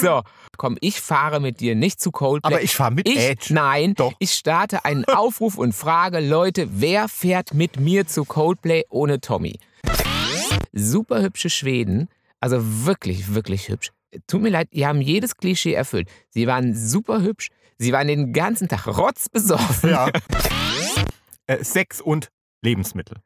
So, komm, ich fahre mit dir nicht zu Coldplay. Aber ich fahre mit Edge. Nein, Doch. ich starte einen Aufruf und frage Leute, wer fährt mit mir zu Coldplay ohne Tommy? Super hübsche Schweden, also wirklich, wirklich hübsch. Tut mir leid, die haben jedes Klischee erfüllt. Sie waren super hübsch, sie waren den ganzen Tag rotzbesoffen. Ja. äh, Sex und Lebensmittel.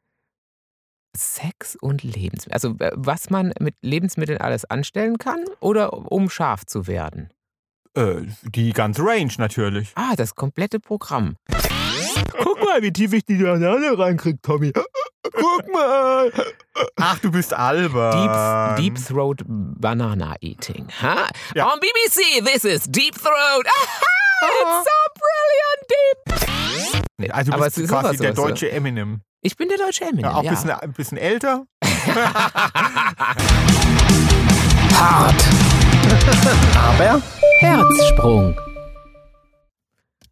Sex und Lebensmittel. Also äh, was man mit Lebensmitteln alles anstellen kann oder um scharf zu werden. Äh, die ganze Range natürlich. Ah, das komplette Programm. Guck mal, wie tief ich die Banane reinkrieg, Tommy. Guck mal. Ach, du bist albern. Deep, deep Throat Banana Eating. Huh? Ja. On BBC, this is Deep Throat. It's so brilliant, Deep. Also du Aber bist es ist quasi sowas, der sowas, deutsche Eminem. Ich bin der deutsche Eminem. Ja, auch ja. ne- Ein, bisschen, äh, ein bisschen älter. Hart. Aber Herzsprung.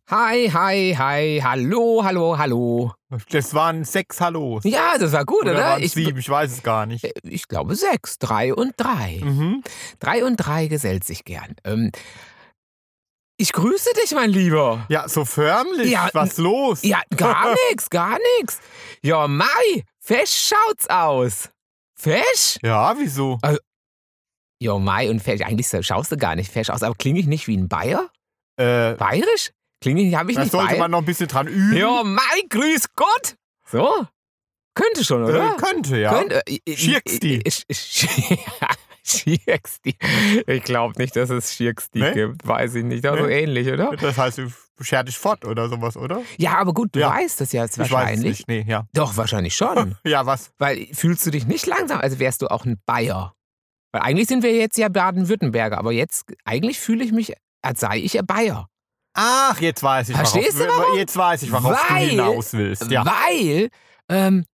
Hi, hi, hi, hallo, hallo, hallo. Das waren sechs Hallos. Ja, das war gut, Oder oder? ne? waren es Ich, Äh. sieben? Ich weiß es gar nicht. ich glaube sechs, drei und drei. Mhm. Drei und drei gesellt sich gern. Ähm, ich grüße dich, mein Lieber. Ja, so förmlich. Ja, Was los? Ja, gar nix, gar nix. Ja, Mai, fesch schaut's aus. Fesch? Ja, wieso? Ja, Mai und fesch. Eigentlich so- schaust du gar nicht fesch aus, aber klinge ich nicht wie ein Bayer? Äh, Bayerisch? Klinge ich, hab ich da nicht sollte Bayer? man noch ein bisschen dran üben. Ja, Mai, grüß Gott. So? Könnte schon, oder? äh, könnte, ja. Könnt- äh, äh, Schirksti. äh, äh, Sch- Schirksti. Ich glaube nicht, dass es Schirksti Nee? gibt. Weiß ich nicht. Aber so Nee. ähnlich, oder? Das heißt, du scher dich fort oder sowas, oder? Ja, aber gut, du Ja. weißt das ja jetzt Ich weiß es wahrscheinlich. nicht. Nee, ja. Doch, wahrscheinlich schon. Ja, was? Weil fühlst du dich nicht langsam, als wärst du auch ein Bayer? Weil eigentlich sind wir jetzt ja Baden-Württemberger, aber jetzt, eigentlich fühle ich mich, als sei ich ein Bayer. Ach, jetzt weiß ich, Verstehst worauf, du, warum? Jetzt weiß ich, worauf Weil- du hinaus willst. Ja. Weil, ähm,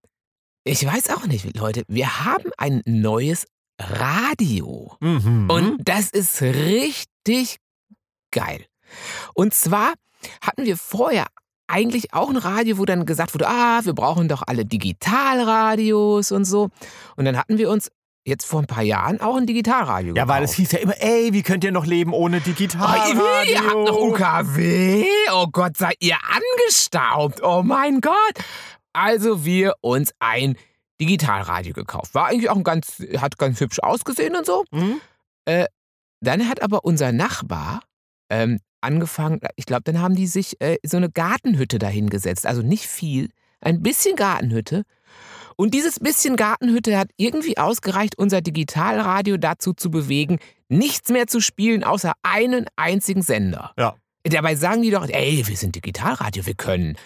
ich weiß auch nicht, Leute, wir haben ein neues Radio. Mhm. Und das ist richtig geil. Und zwar hatten wir vorher eigentlich auch ein Radio, wo dann gesagt wurde, ah, wir brauchen doch alle Digitalradios und so. Und dann hatten wir uns jetzt vor ein paar Jahren auch ein Digitalradio ja, weil gekauft. es hieß ja immer, ey, wie könnt ihr noch leben ohne Digitalradio? Oh, ihr habt noch UKW. Oh Gott, seid ihr angestaubt. Oh mein Gott. Also wir uns ein Digitalradio gekauft. War eigentlich auch ein ganz, hat ganz hübsch ausgesehen und so. Mhm. Dann hat aber unser Nachbar ähm, angefangen, ich glaube, dann haben die sich äh, so eine Gartenhütte dahingesetzt. Also nicht viel, ein bisschen Gartenhütte. Und dieses bisschen Gartenhütte hat irgendwie ausgereicht, unser Digitalradio dazu zu bewegen, nichts mehr zu spielen, außer einen einzigen Sender. Ja. Dabei sagen die doch, ey, wir sind Digitalradio, wir können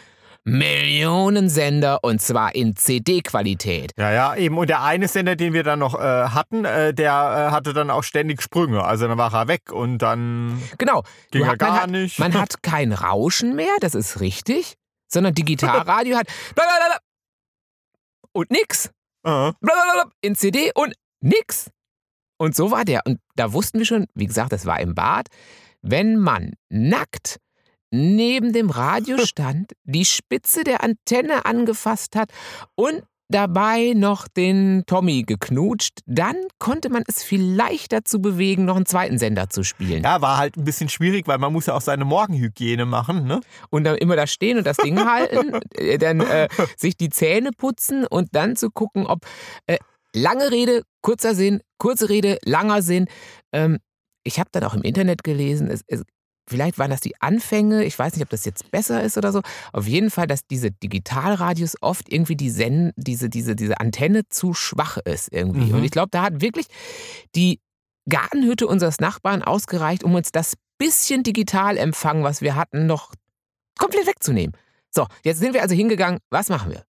Millionen Sender und zwar in CD-Qualität. Ja, ja, eben. Und der eine Sender, den wir dann noch äh, hatten, äh, der äh, hatte dann auch ständig Sprünge. Also dann war er weg und dann Genau. Du ging er hat- man gar hat, nicht. Man hat kein Rauschen mehr, das ist richtig, sondern Digitalradio hat blablabla und nix, Äh, blablabla in CD und nix. Und so war der. Und da wussten wir schon, wie gesagt, das war im Bad, wenn man nackt neben dem Radio stand, die Spitze der Antenne angefasst hat und dabei noch den Tommy geknutscht, dann konnte man es vielleicht dazu bewegen, noch einen zweiten Sender zu spielen. ja, war halt ein bisschen schwierig, weil man muss ja auch seine Morgenhygiene machen, ne? und dann immer da stehen und das Ding halten, äh, dann äh, sich die Zähne putzen und dann zu gucken, ob äh, lange Rede, kurzer Sinn, kurze Rede, langer Sinn. Ähm, ich habe dann auch im Internet gelesen, es, es, vielleicht waren das die Anfänge, ich weiß nicht, ob das jetzt besser ist oder so. Auf jeden Fall, dass diese Digitalradios oft irgendwie die Sen diese, diese, diese Antenne zu schwach ist irgendwie. Mhm. Und ich glaube, da hat wirklich die Gartenhütte unseres Nachbarn ausgereicht, um uns das bisschen Digitalempfang, was wir hatten, noch komplett wegzunehmen. So, jetzt sind wir also hingegangen. Was machen wir?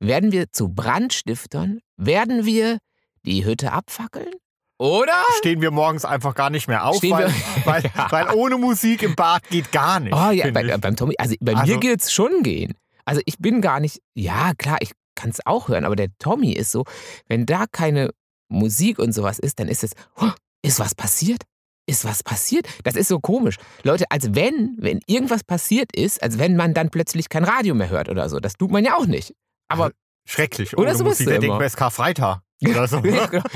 Werden wir zu Brandstiftern? Werden wir die Hütte abfackeln? Oder? Stehen wir morgens einfach gar nicht mehr auf, Ah. Stehen weil, wir- weil, Ja. weil ohne Musik im Bad geht gar nicht. Oh ja, find bei, ich. beim Tommy, also bei Also- mir geht's schon gehen. Also ich bin gar nicht, ja klar, ich kann es auch hören, aber der Tommy ist so, wenn da keine Musik und sowas ist, dann ist es, oh, ist was passiert? Ist was passiert? Das ist so komisch. Leute, als wenn, wenn irgendwas passiert ist, als wenn man dann plötzlich kein Radio mehr hört oder so. Das tut man ja auch nicht. Aber Schrecklich, Oder ohne so bist Musik. du Der denkt immer. mir, es ist Karfreitag. oder so.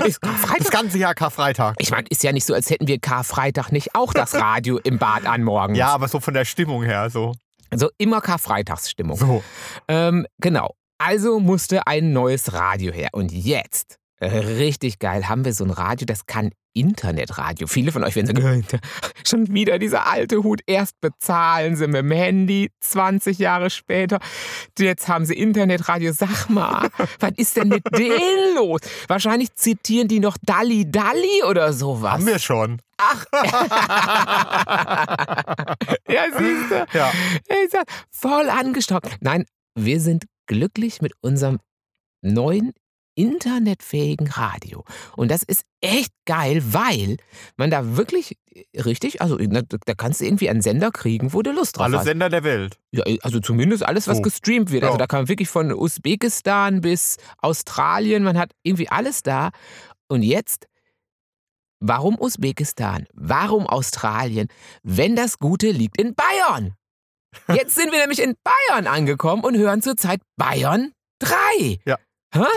Ist Karfreitag. Das ganze Jahr Karfreitag. Ich meine, ist ja nicht so, als hätten wir Karfreitag nicht auch das Radio im Bad an morgens. Ja, aber so von der Stimmung her, so. Also immer Karfreitagsstimmung. So. Ähm, genau. Also musste ein neues Radio her. Und jetzt, richtig geil, haben wir so ein Radio, das kann Internetradio. Viele von euch werden sagen, schon wieder dieser alte Hut. Erst bezahlen sie mit dem Handy, 20 Jahre später. Jetzt haben sie Internetradio. Sag mal, was ist denn mit denen los? Wahrscheinlich zitieren die noch Dalli Dalli oder sowas. Haben wir schon. Ach. ja, siehst du. Ja. Ich sag, voll angestockt. Nein, wir sind glücklich mit unserem neuen internetfähigen Radio. Und das ist echt geil, weil man da wirklich richtig, also na, da kannst du irgendwie einen Sender kriegen, wo du Lust drauf Alle hast. Sender der Welt. Ja, also zumindest alles, was So. gestreamt wird. Also Oh. Ja. da kann man wirklich von Usbekistan bis Australien, man hat irgendwie alles da. Und jetzt, warum Usbekistan? Warum Australien? Wenn das Gute liegt in Bayern. Jetzt sind wir nämlich in Bayern angekommen und hören zurzeit Bayern 3.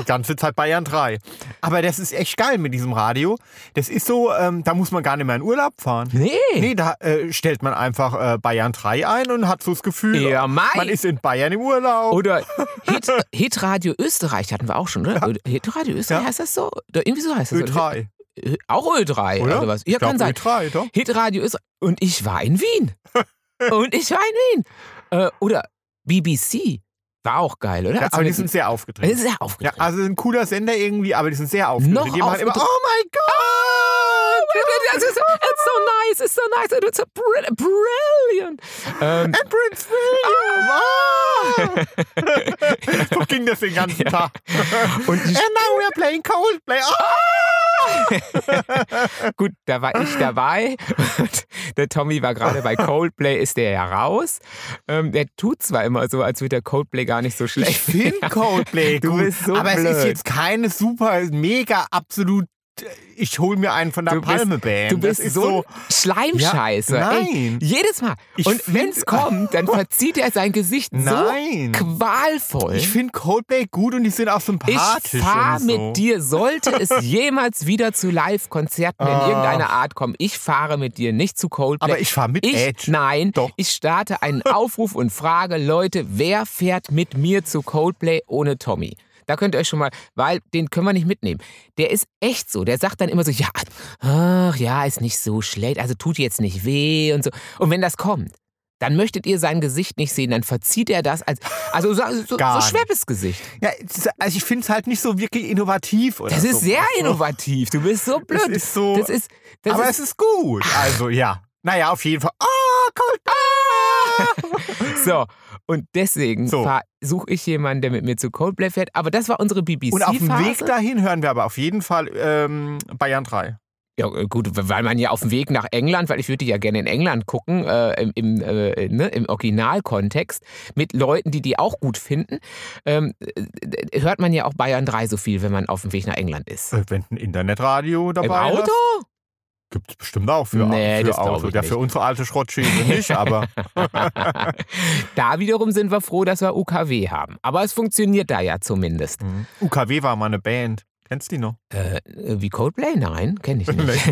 Die ganze Zeit Bayern 3. Aber das ist echt geil mit diesem Radio. Das ist so, ähm, da muss man gar nicht mehr in Urlaub fahren. Nee. Nee, da äh, stellt man einfach äh, Bayern 3 ein und hat so das Gefühl, Ja, Mai. man ist in Bayern im Urlaub. Oder Hit, Hitradio Österreich hatten wir auch schon, oder? Oder Hitradio Österreich Ja. heißt das so? Oder irgendwie so heißt das. oder? Ö3. Ö- Äh, Auch Ö3 Oder? oder was? Ich Ja, glaub, kann sein. Ö3, doch. Hitradio Österreich. Und ich war in Wien. Und ich war in Wien. Äh, oder BBC. War auch geil, oder? Ja, Als aber wir die mit- sind sehr das aufgedreht. ist ja Ja, aufgedreht. also ein cooler Sender irgendwie, aber die sind sehr aufgedreht. Noch die machen immer, oh aufgedreht. Ah, mein Gott! Das ist so, it's so nice, it's so nice, and it's so brill- brilliant. Ähm, And Prince William! Ah! so ging das den ganzen Tag. und die And now we're playing Coldplay. Ah! Gut, da war ich dabei. Und der Tommy war gerade bei Coldplay, ist der ja raus. Ähm, der tut zwar immer so, als würde der Coldplay gar nicht so Ich schlecht. finde Coldplay Du gut, bist so aber es blöd. ist jetzt keine super, mega, absolut, äh, ich hole mir einen von der Du bist- Palme-Band. Du bist das ist so ein Schleimscheiße. Ja, Ey, nein. jedes Mal. Ich Und find- wenn es kommt, dann verzieht er sein Gesicht Nein. so qualvoll. Ich finde Coldplay gut und die sind auch Ich sympathisch. fahr und so. mit dir, sollte es jemals wieder zu Live-Konzerten in Ah. irgendeiner Art kommen. Ich fahre mit dir nicht zu Coldplay. Aber ich fahre mit Ich, Edge. nein, Doch. ich starte einen Aufruf und frage Leute, wer fährt mit mir zu Coldplay ohne Tommy? Da könnt ihr euch schon mal, weil den können wir nicht mitnehmen. Der ist echt so. Der sagt dann immer so, ja, ach ja, ist nicht so schlecht, also tut jetzt nicht weh und so. Und wenn das kommt, dann möchtet ihr sein Gesicht nicht sehen, dann verzieht er das als, also so, so, so Gar nicht. schweppes Gesicht. Ja, es ist- also ich finde es halt nicht so wirklich innovativ. Oder Das ist so. sehr innovativ. Du bist so blöd. Das ist so- Das ist, das aber ist, es ist gut. Also ja. Naja, auf jeden Fall. Oh, Coldplay! so. Und deswegen So. fahr- suche ich jemanden, der mit mir zu Coldplay fährt. Aber das war unsere BBC. Und auf dem Phase. Weg dahin hören wir aber auf jeden Fall ähm, Bayern 3. Ja, äh, gut, weil man ja auf dem Weg nach England, weil ich würde die ja gerne in England gucken, äh, im, im, äh, ne, im Originalkontext, mit Leuten, die die auch gut finden, ähm, äh, hört man ja auch Bayern 3 so viel, wenn man auf dem Weg nach England ist. Äh, Wenn ein Internetradio Im dabei Auto? Gibt es bestimmt auch für, Nee, für das glaub Auto. ich Ja, nicht. für unsere alte Schrottschäde nicht, aber da wiederum sind wir froh, dass wir UKW haben. Aber es funktioniert da ja zumindest. Mhm. UKW war mal eine Band. Kennst du die noch? Äh, wie Coldplay? Nein, kenne ich nicht.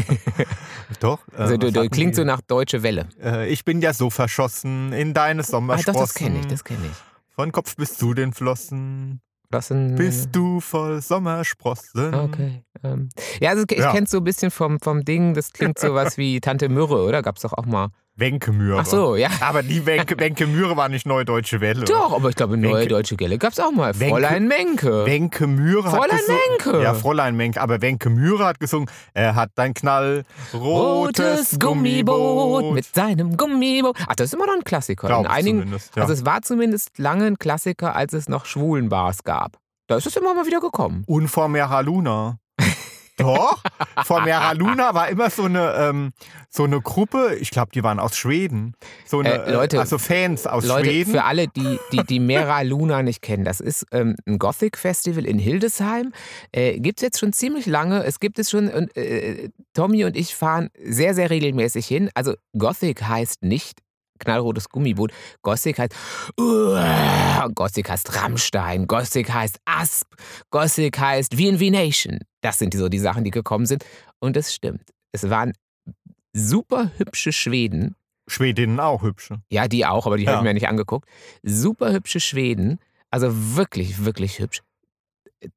Doch. äh, also, du, was du, hatten klingt die? so nach Deutsche Welle. Äh, ich bin ja so verschossen in deine Ah, Sommersprossen. doch, das kenne ich, das kenne ich. Von Kopf bis zu den Flossen. Das sind, Bist du voll Sommersprossen? Okay. Ähm, ja, also ich Ja. kenn's so ein bisschen vom, vom Ding, das klingt sowas wie Tante Mürre, oder? Gab's doch auch mal. Wenkemühre. Ach so, ja. Aber die Wenke, Wenkemühre war nicht Neue Deutsche Welle. Doch, aber ich glaube, Neue Wenke- Deutsche Gelle gab's auch mal. Wenke- Fräulein Menke. Wenkemühre hat Fräulein gesungen. Wenke. Ja, Fräulein Menke. Aber Wenkemühre hat gesungen. Er hat ein knallrotes Rotes Gummiboot mit seinem Gummiboot. Ach, das ist immer noch ein Klassiker. Glaub In ich einigen, zumindest, ja. Also es war zumindest lange ein Klassiker, als es noch Schwulenbars gab. Da ist es immer mal wieder gekommen. Und vor Mera Luna. Doch, vor Mera Luna war immer so eine, ähm, so eine Gruppe, ich glaube, die waren aus Schweden. So eine, Äh, Leute- also Fans aus Leute, Schweden. für alle, die, die die Mera Luna nicht kennen, das ist ähm, ein Gothic-Festival in Hildesheim. Äh, gibt es jetzt schon ziemlich lange. Es gibt es schon. Und, äh, Tommy und ich fahren sehr, sehr regelmäßig hin. Also Gothic heißt nicht knallrotes Gummiboot. Gothic heißt Uah, Gothic heißt Rammstein. Gothic heißt Asp. Gothic heißt VNV Nation. Das sind die- so die Sachen, die gekommen sind. Und es stimmt. Es waren super hübsche Schweden. Schwedinnen auch hübsche. Ja, die auch, aber die habe Ja. ich mir ja nicht angeguckt. Super hübsche Schweden. Also wirklich, wirklich hübsch.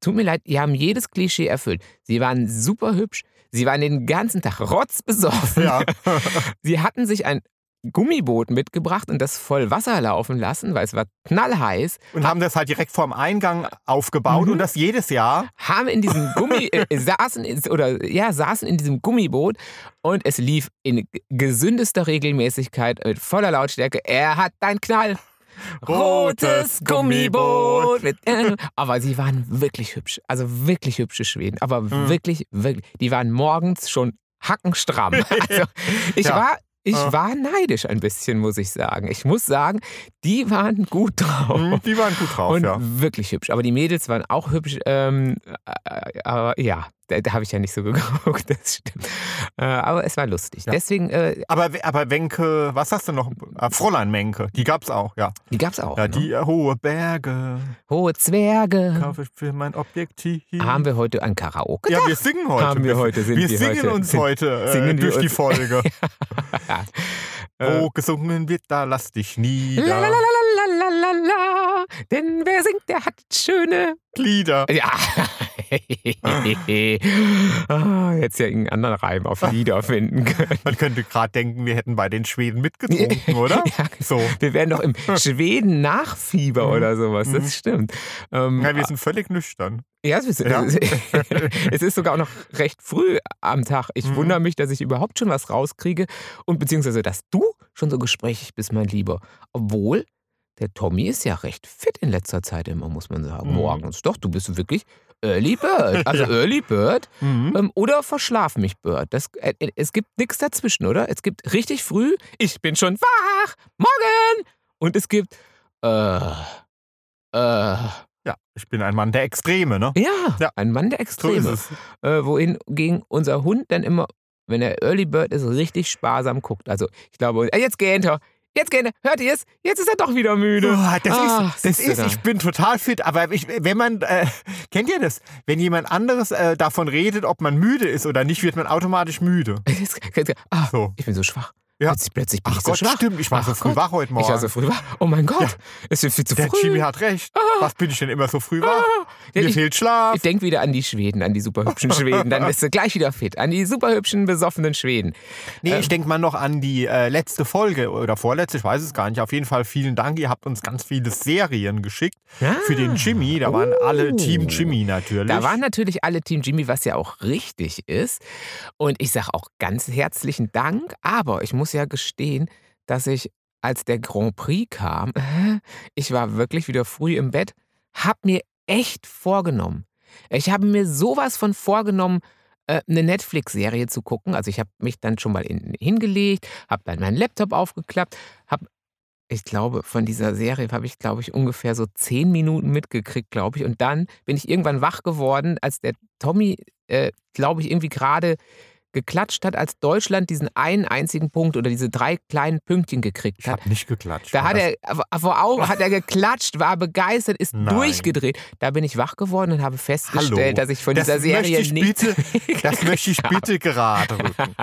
Tut mir leid, die haben jedes Klischee erfüllt. Sie waren super hübsch. Sie waren den ganzen Tag rotzbesoffen. Ja. Sie hatten sich ein Gummiboot mitgebracht und das voll Wasser laufen lassen, weil es war knallheiß. Und haben das halt direkt vorm Eingang aufgebaut Mhm. und das jedes Jahr. haben in diesem Gummi äh, äh, saßen in- oder ja saßen in diesem Gummiboot und es lief in g- gesündester Regelmäßigkeit mit voller Lautstärke. Er hat einen Knall. Rotes Gummiboot. Mit, äh, aber sie waren wirklich hübsch. Also wirklich hübsche Schweden. Aber Mhm. wirklich, wirklich. Die waren morgens schon hackenstramm. Also ich Ja. Ah. war. Ich Ja. war neidisch ein bisschen, muss ich sagen. Ich muss sagen, die waren gut drauf. Mhm, Die waren gut drauf, Und ja. wirklich hübsch. Aber die Mädels waren auch hübsch. Ähm, äh, aber ja, da, da habe ich ja nicht so geguckt, das stimmt. Äh, aber es war lustig. Ja. Deswegen, äh, Aber, aber Wenke, was hast du noch? Ah, Fräulein Menke, die gab's auch, ja. die gab es auch. Ja, ne? die äh, hohe Berge Hohe Zwerge. kaufe ich für mein Objektiv. Haben wir heute ein Karaoke? ja, wir singen heute. Haben wir heute, sind wir wir singen heute- uns sind- heute äh, singen wir durch die uns- Folge. Äh, Wo gesungen wird, da lass dich la, la, la, la, nieder. la, la, la. Denn wer singt, der hat schöne. Lieder. Ja. ah, jetzt ja irgendeinen anderen Reim auf Lieder finden können. Man könnte gerade denken, wir hätten bei den Schweden mitgetrunken, oder? Ja, So. Wir wären doch im Schweden-Nachfieber Mhm. oder sowas. Mhm. Das stimmt. Ähm, Nein, wir sind völlig nüchtern. Ja, es ist, Ja. Es, ist, es ist sogar auch noch recht früh am Tag. Ich Mhm. wundere mich, dass ich überhaupt schon was rauskriege und beziehungsweise, dass du schon so gesprächig bist, mein Lieber. Obwohl, der Tommy ist ja recht fit in letzter Zeit immer, muss man sagen. Mhm. Morgens. Doch, du bist wirklich Early Bird. Also Ja. Early Bird Mhm. ähm, oder Verschlaf mich Bird. Das, äh, äh, es gibt nichts dazwischen, oder? Es gibt richtig früh, ich bin schon wach, morgen. Und es gibt, äh, äh, Ja, ich bin ein Mann der Extreme, ne? ja, Ja. ein Mann der So ist Extreme. es. äh, wohingegen unser Hund dann immer, wenn er Early Bird ist, richtig sparsam guckt. Also ich glaube, äh, jetzt gähnt er, jetzt gähnt er, hört ihr es? Jetzt ist er doch wieder müde. Ah, das Ah, ist, das siehst du ist da. ich bin total fit, aber ich, wenn man, äh, kennt ihr das? Wenn jemand anderes äh, davon redet, ob man müde ist oder nicht, wird man automatisch müde. ah, So. ich bin so schwach. Ja. Plötzlich, plötzlich bin Ach ich Gott, so schwach. stimmt, ich war Ach so Ah. früh Gott, wach heute Morgen. Ich war so früh wach. Oh mein Gott, es ist viel zu der früh. Jimmy hat recht. Was bin ich denn immer so früh wach? Ja, Mir ich- fehlt Schlaf. Ich denk wieder an die Schweden, an die super hübschen Schweden. Dann bist du gleich wieder fit. An die super hübschen, besoffenen Schweden. Nee, ich denke mal noch an die äh, letzte Folge oder vorletzte, ich weiß es gar nicht. Auf jeden Fall vielen Dank, ihr habt uns ganz viele Serien geschickt für Ah. den Jimmy. Da waren alle Oh. Team Jimmy natürlich. Da waren natürlich alle Team Jimmy, was ja auch richtig ist. Und ich sage auch ganz herzlichen Dank. Aber ich muss ja gestehen, dass ich, als der Grand Prix kam, ich war wirklich wieder früh im Bett, habe mir echt vorgenommen. Ich habe mir sowas von vorgenommen, äh, eine Netflix-Serie zu Hm. gucken. Also ich habe mich dann schon mal in, hingelegt, habe dann meinen Laptop aufgeklappt, habe, ich glaube, von dieser Serie habe ich, glaube ich, ungefähr so zehn Minuten mitgekriegt, glaube ich. Und dann bin ich irgendwann wach geworden, als der Tommy, äh, glaube ich, irgendwie gerade geklatscht hat, als Deutschland diesen einen einzigen Punkt oder diese drei kleinen Pünktchen gekriegt ich hat. habe nicht geklatscht. Da War hat das- er vor Augen hat er geklatscht, war begeistert, ist Nein. durchgedreht. Da bin ich wach geworden und habe festgestellt, Hallo. dass ich von das dieser Serie möchte ich nichts bitte, Das möchte ich bitte gerade rücken.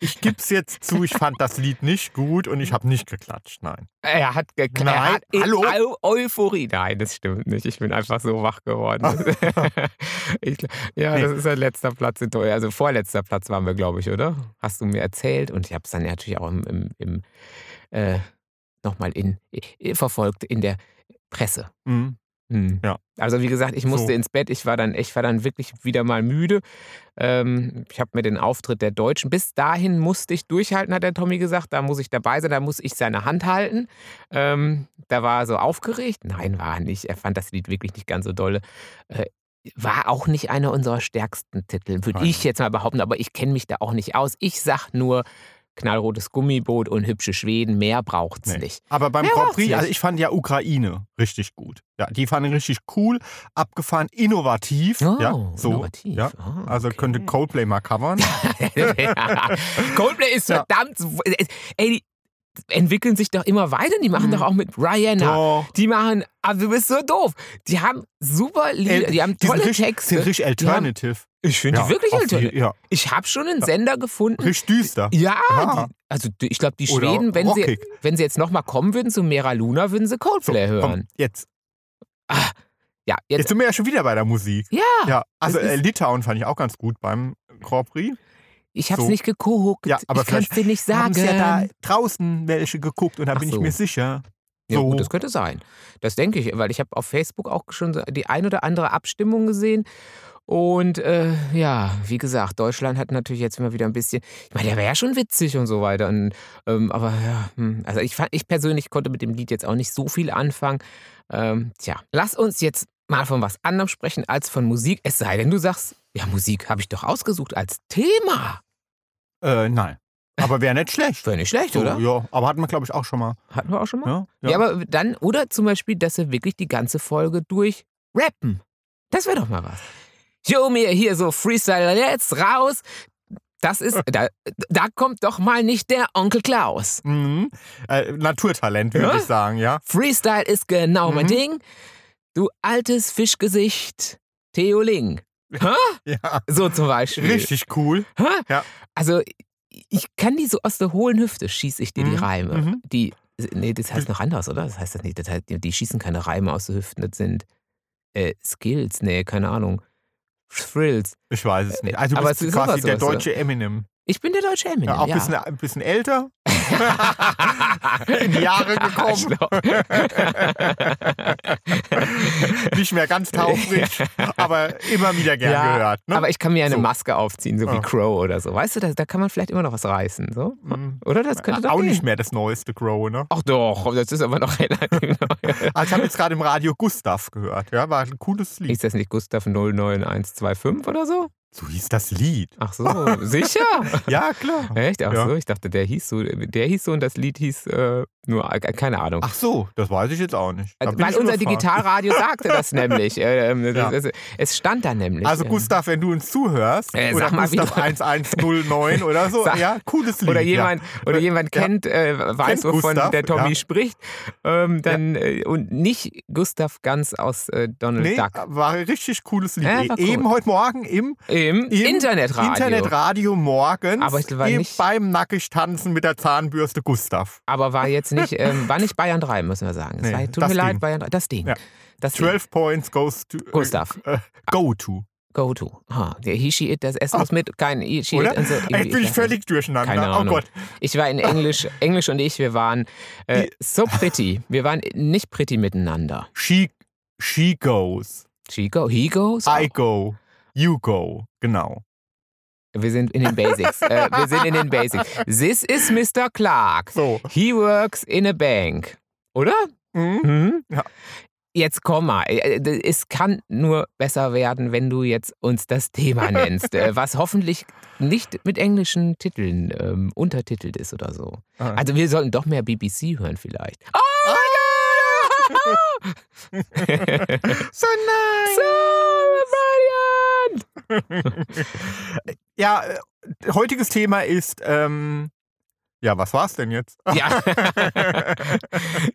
Ich gebe es jetzt zu, ich fand das Lied nicht gut und ich habe nicht geklatscht, nein. Er hat geknallt. Nein, Er hat in hallo? Eu- Euphorie. Nein, das stimmt nicht. Ich bin einfach so wach geworden. ich, gl- ja, Ah. Nee. das ist der letzter Platz in Tokio. Also vorletzter Platz waren wir, glaube ich, oder? Hast du mir erzählt und ich habe es dann natürlich auch im, im, im äh, nochmal in, i- verfolgt in der Presse. Mhm. Hm. Ja. Also wie gesagt, ich musste So. ins Bett. Ich war dann, ich war dann wirklich wieder mal müde. Ähm, ich habe mir den Auftritt der Deutschen. Bis dahin musste ich durchhalten, hat der Tommy gesagt. Da muss ich dabei sein, da muss ich seine Hand halten. Ähm, da war er so aufgeregt. Nein, war er nicht. Er fand das Lied wirklich nicht ganz so dolle. Äh, war auch nicht einer unserer stärksten Titel, würde Nein. ich jetzt mal behaupten, aber ich kenne mich da auch nicht aus. Ich sag nur knallrotes Gummiboot und hübsche Schweden, mehr braucht's Nee. nicht. Aber beim Ja, Grand braucht's Prix, also nicht. ich fand ja Ukraine richtig gut. Ja, die fanden richtig cool, abgefahren, innovativ. Oh, ja, so. innovativ. Ja. Ah, Also okay. könnte Coldplay mal covern. Coldplay ist Ja. verdammt. Ey, die, entwickeln sich doch immer weiter. Die machen Mhm. doch auch mit Rihanna. Doch. Die machen, also du bist so doof. Die haben super Lieder, El- die haben Äh, die sind tolle richtig, Texte. Sind richtig alternative. ich finde die wirklich auf alternativ. Ja, Ich habe schon einen Sender gefunden. richtig düster. Ja, Ja. Die, also die- ich glaube, die Oder Schweden, wenn sie, rockig. wenn sie jetzt nochmal kommen würden zu Mera Luna, würden sie Coldplay So, komm, hören. jetzt. Ja, Jetzt jetzt. sind wir ja schon wieder bei der Musik. Ja, Ja, also es ist- äh, Litauen fand ich auch ganz gut beim Grand Prix. ich habe es so. nicht geguckt. Ja, aber ich kann es dir nicht sagen. Haben's ja da draußen welche geguckt und da Ach bin so. ich mir sicher. Ja, So. gut, das könnte sein. Das denke ich, weil ich habe auf Facebook auch schon so die ein oder andere Abstimmung gesehen. Und äh, ja, wie gesagt, Deutschland hat natürlich jetzt immer wieder ein bisschen. Ich meine, der wäre ja schon witzig und so weiter. Und, ähm, aber ja, hm, also ich, fand, ich persönlich konnte mit dem Lied jetzt auch nicht so viel anfangen. Ähm, tja, lass uns jetzt mal von was anderem sprechen als von Musik. Es sei denn, du sagst, ja, Musik habe ich doch ausgesucht als Thema. Äh, nein. Aber wäre nicht schlecht. Wäre nicht schlecht, So, oder? Oh, Ja, aber hatten wir, glaube ich, auch schon mal. ne? Hatten wir auch schon mal. Ja, Ja. aber dann, oder zum Beispiel, dass wir wirklich die ganze Folge durch rappen. Das wäre doch mal was. Jo, mir hier so Freestyle jetzt raus. Das ist, da, da kommt doch mal nicht der Onkel Klaus. Mhm. Äh, Naturtalent, würde Ja? ich sagen, ja. Freestyle ist genau mein Mhm. Ding. Du altes Fischgesicht, Theo Ling. Ja. So zum Beispiel. Richtig cool. Hä? Ja. Also, ich kann die so aus der hohlen Hüfte, schieße ich dir die Mhm, Reime. mhm. Die, nee, das heißt noch anders, oder? Das heißt das nicht. Das heißt, die, die schießen keine Reime aus der Hüften. Das sind äh, Skills, nee, keine Ahnung. Thrills. Ich weiß es nicht. Also, du Aber bist es ist quasi sowas, der sowas, deutsche Eminem. Ich bin der deutsche Eminem. Ja, auch ja. Ein, bisschen, äh, ein bisschen älter. in die Jahre gekommen. Nicht mehr ganz taufrig, aber immer wieder gern Ja, gehört. Ne? Aber ich kann mir eine So. Maske aufziehen, so wie Ja. Crow oder so. Weißt du, da, da kann man vielleicht immer noch was reißen. So. Mhm. Oder das könnte doch auch gehen. nicht mehr das neueste Grow, ne? Ach doch, das ist aber noch relativ neu. Also ich habe jetzt gerade im Radio Gustav gehört. Ja, war ein cooles Lied. Ist das nicht Gustav 09125 oder so? So hieß das Lied. Ach so, sicher? Ja, klar. Echt? Ach Ja. so, ich dachte, der hieß so, der hieß so und das Lied hieß äh, nur, äh, keine Ahnung. Ach so, das weiß ich jetzt auch nicht. Da Also, bin Weil ich unser überfragt. Digitalradio sagte das nämlich. Äh, ähm, Ja. das, das, es stand da nämlich. Also ähm, Gustav, wenn du uns zuhörst, Äh, oder sag mal, wie Gustav du- 1109 oder so, Sag- ja, cooles Lied. Oder jemand, oder Äh, jemand ja. kennt, äh, weiß, Kennt wovon Gustav, der Tommy ja. spricht. Ähm, dann, äh, und nicht Gustav Ganz aus äh, ja. Donald Nee, Duck. war ein richtig cooles Lied. E Äh, war cool. Eben heute Morgen im, Im, im Internetradio. Internetradio morgens Aber es war im- nicht- Hm. beim Nackig tanzen mit der Zahnbürste Gustav. Aber war jetzt nicht, ähm, war nicht Bayern 3, müssen wir sagen. Es Nee, war, tut das mir leid, Ding. Bayern 3. Das Ding. Ja. Das Ding. 12 Points goes to Gustav. Äh, go to. Go to. Ha, der he, she, it, das S muss mit, kein he, she, Ah. Oder? it. Und so, Ey, Irgendwie, bin ich weiß völlig durcheinander. Keine oh Ahnung. Gott. nicht. Ich war in Englisch, Englisch und ich, wir waren äh, so pretty. Wir waren nicht pretty miteinander. She, she goes. She go, he goes. I go. You go. Genau. Wir sind in den Basics. äh, wir sind in den Basics. This is Mr. Clark. So. He works in a bank. Oder? Mhm. Hm? Ja. Jetzt komm mal, Äh, d- es kann nur besser werden, wenn du jetzt uns das Thema nennst, äh, was hoffentlich nicht mit englischen Titeln ähm, untertitelt ist oder so. Ah. Also wir sollten doch mehr BBC hören vielleicht. Oh mein Gott! So nice. so brilliant! Ja, äh, heutiges Thema ist, ähm, ja, was war's denn jetzt? Ja.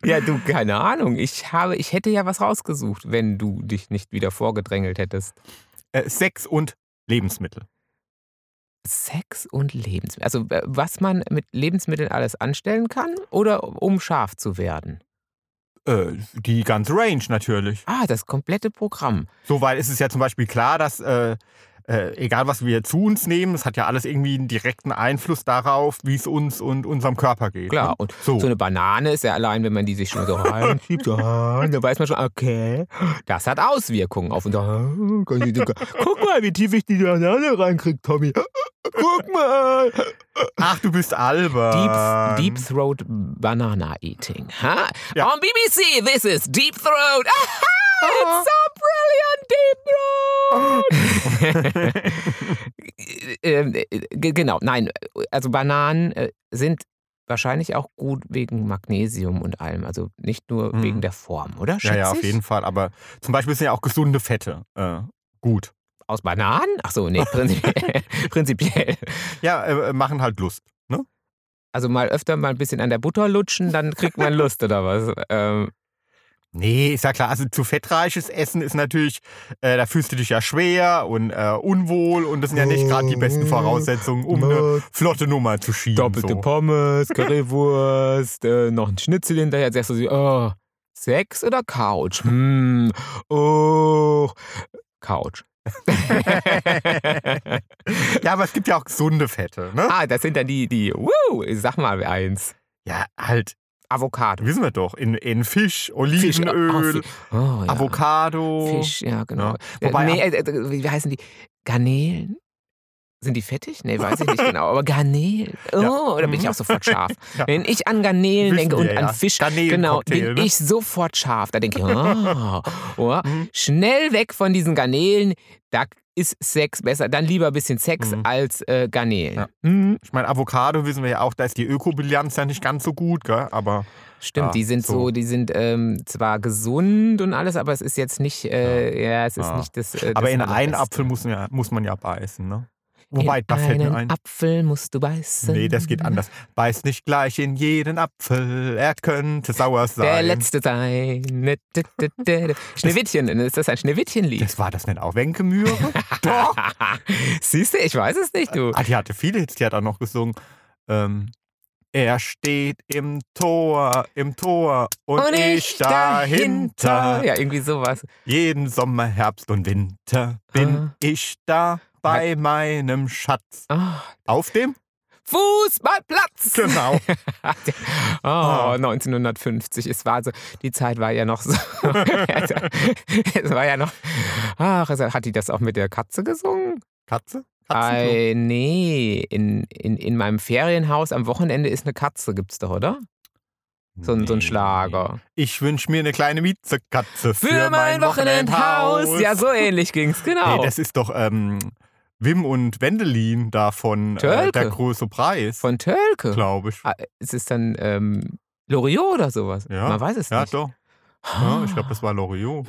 ja, du, keine Ahnung. Ich, habe, ich hätte ja was rausgesucht, wenn du dich nicht wieder vorgedrängelt hättest. Äh, Sex und Lebensmittel. Sex und Lebensmittel. Also äh, was man mit Lebensmitteln alles anstellen kann oder um scharf zu werden. Äh, die ganze Range natürlich. Ah, das komplette Programm. Soweit ist es ja zum Beispiel klar, dass äh, äh, egal was wir zu uns nehmen, es hat ja alles irgendwie einen direkten Einfluss darauf, wie es uns und unserem Körper geht. Klar. Ne? Und So. so eine Banane ist ja allein, wenn man die sich schon so reinschiebt, so, da weiß man schon, okay, das hat Auswirkungen auf unser. Guck mal, wie tief ich die Banane reinkrieg, Tommy. Guck mal. Ach, du bist albern. Deep, deep Throat Banana Eating. Huh? Ähm. Ja. On BBC, this is Deep Throat. It's so brilliant, Deep Throat. Ähm, äh, ge- genau, nein, äh, also Bananen äh, sind wahrscheinlich auch gut wegen Magnesium und allem, also nicht nur Mhm. wegen der Form, oder? Ja, Schätze ja, auf ich? jeden Fall. Aber zum Beispiel sind ja auch gesunde Fette äh, gut. Aus Bananen? Achso, nee, prinzipiell. prinzipiell. äh, Ja, äh, machen halt Lust. Ne? Also mal öfter mal ein bisschen an der Butter lutschen, dann kriegt man Lust oder was? Ähm, Nee, ist ja klar. Also zu fettreiches Essen ist natürlich, äh, da fühlst du dich ja schwer und äh, unwohl und das sind ja nicht gerade die besten Voraussetzungen, um eine flotte Nummer zu schieben. Mhm. doppelte so. Pommes, Currywurst, äh, noch ein Schnitzel hinterher. Jetzt sagst du, so, oh, Sex oder Couch? Hm, oh, Couch. Ja, aber es gibt ja auch gesunde Fette, ne? ah, das sind dann die, die, wuh, sag mal eins. Ja, halt, Avocado. wissen wir doch. In, in Fisch, Olivenöl, ah, Fisch, oh, oh, ja. Avocado. Fisch, ja, genau. Ja. Wobei- äh, nee, äh, äh, wie heißen die? Garnelen? Sind die fettig? Nee, weiß ich nicht genau. Aber Garnelen. Oh, da bin ich auch sofort scharf. Ja. Wenn ich an Garnelen Wissen denke und wir, an ja. Fisch, genau, Garnelencocktail, bin ne? ich sofort scharf. Da denke ich, oh, oh, Mhm. schnell weg von diesen Garnelen. Da ist Sex besser. Dann lieber ein bisschen Sex Mhm. als äh, Garnelen. Ja. Mhm. Ich meine, Avocado wissen wir ja auch, da ist die Ökobilanz ja nicht ganz so gut, gell? Aber Stimmt, Ja, die sind so, Ah, so. die sind ähm, zwar gesund und alles, aber es ist jetzt nicht, äh, ja. es ist Ja. Ah. nicht das. Äh, Aber das in einen allerbeste. Apfel muss, man ja- muss man ja beißen, ne? Wobei, in da fällt einen mir ein. Apfel musst du beißen. Nee, das geht anders. Beiß nicht gleich in jeden Apfel, er könnte sauer sein. Der letzte sein. Ne, de, de, de, de. Schneewittchen, ist das ein Schneewittchenlied? Das war das nicht auch Wenkemühre? Doch! Siehst du, ich weiß es nicht, du. Ah, die hatte viele Hits, die hat auch noch gesungen. Ähm, er steht im Tor, im Tor und, ich dahinter. Ja, irgendwie sowas. Jeden Sommer, Herbst und Winter bin Ah. ich da bei meinem Schatz. Ah, Auf dem? Fußballplatz! Genau. Ah. Oh, 1950. Es war so, die Zeit war ja noch so. es war ja noch. Ach, es- hat die das auch mit der Katze gesungen? Katze? Katzenklo? Ei, nee, in, in, in meinem Ferienhaus am Wochenende ist eine Katze, gibt's doch, oder? So, ein so ein Nee. Schlager. Ich wünsche mir eine kleine Miezekatze für, Ja, so ähnlich ging's, genau. Nee, das ist doch ähm, Wim und Wendelin da von äh, Tölke. Der große Preis, Von Tölke. glaube ich. Ah, es ist dann ähm, Loriot oder sowas. Ja, Man weiß es Ja, nicht. doch. Ja, ich glaube, das war Loriot.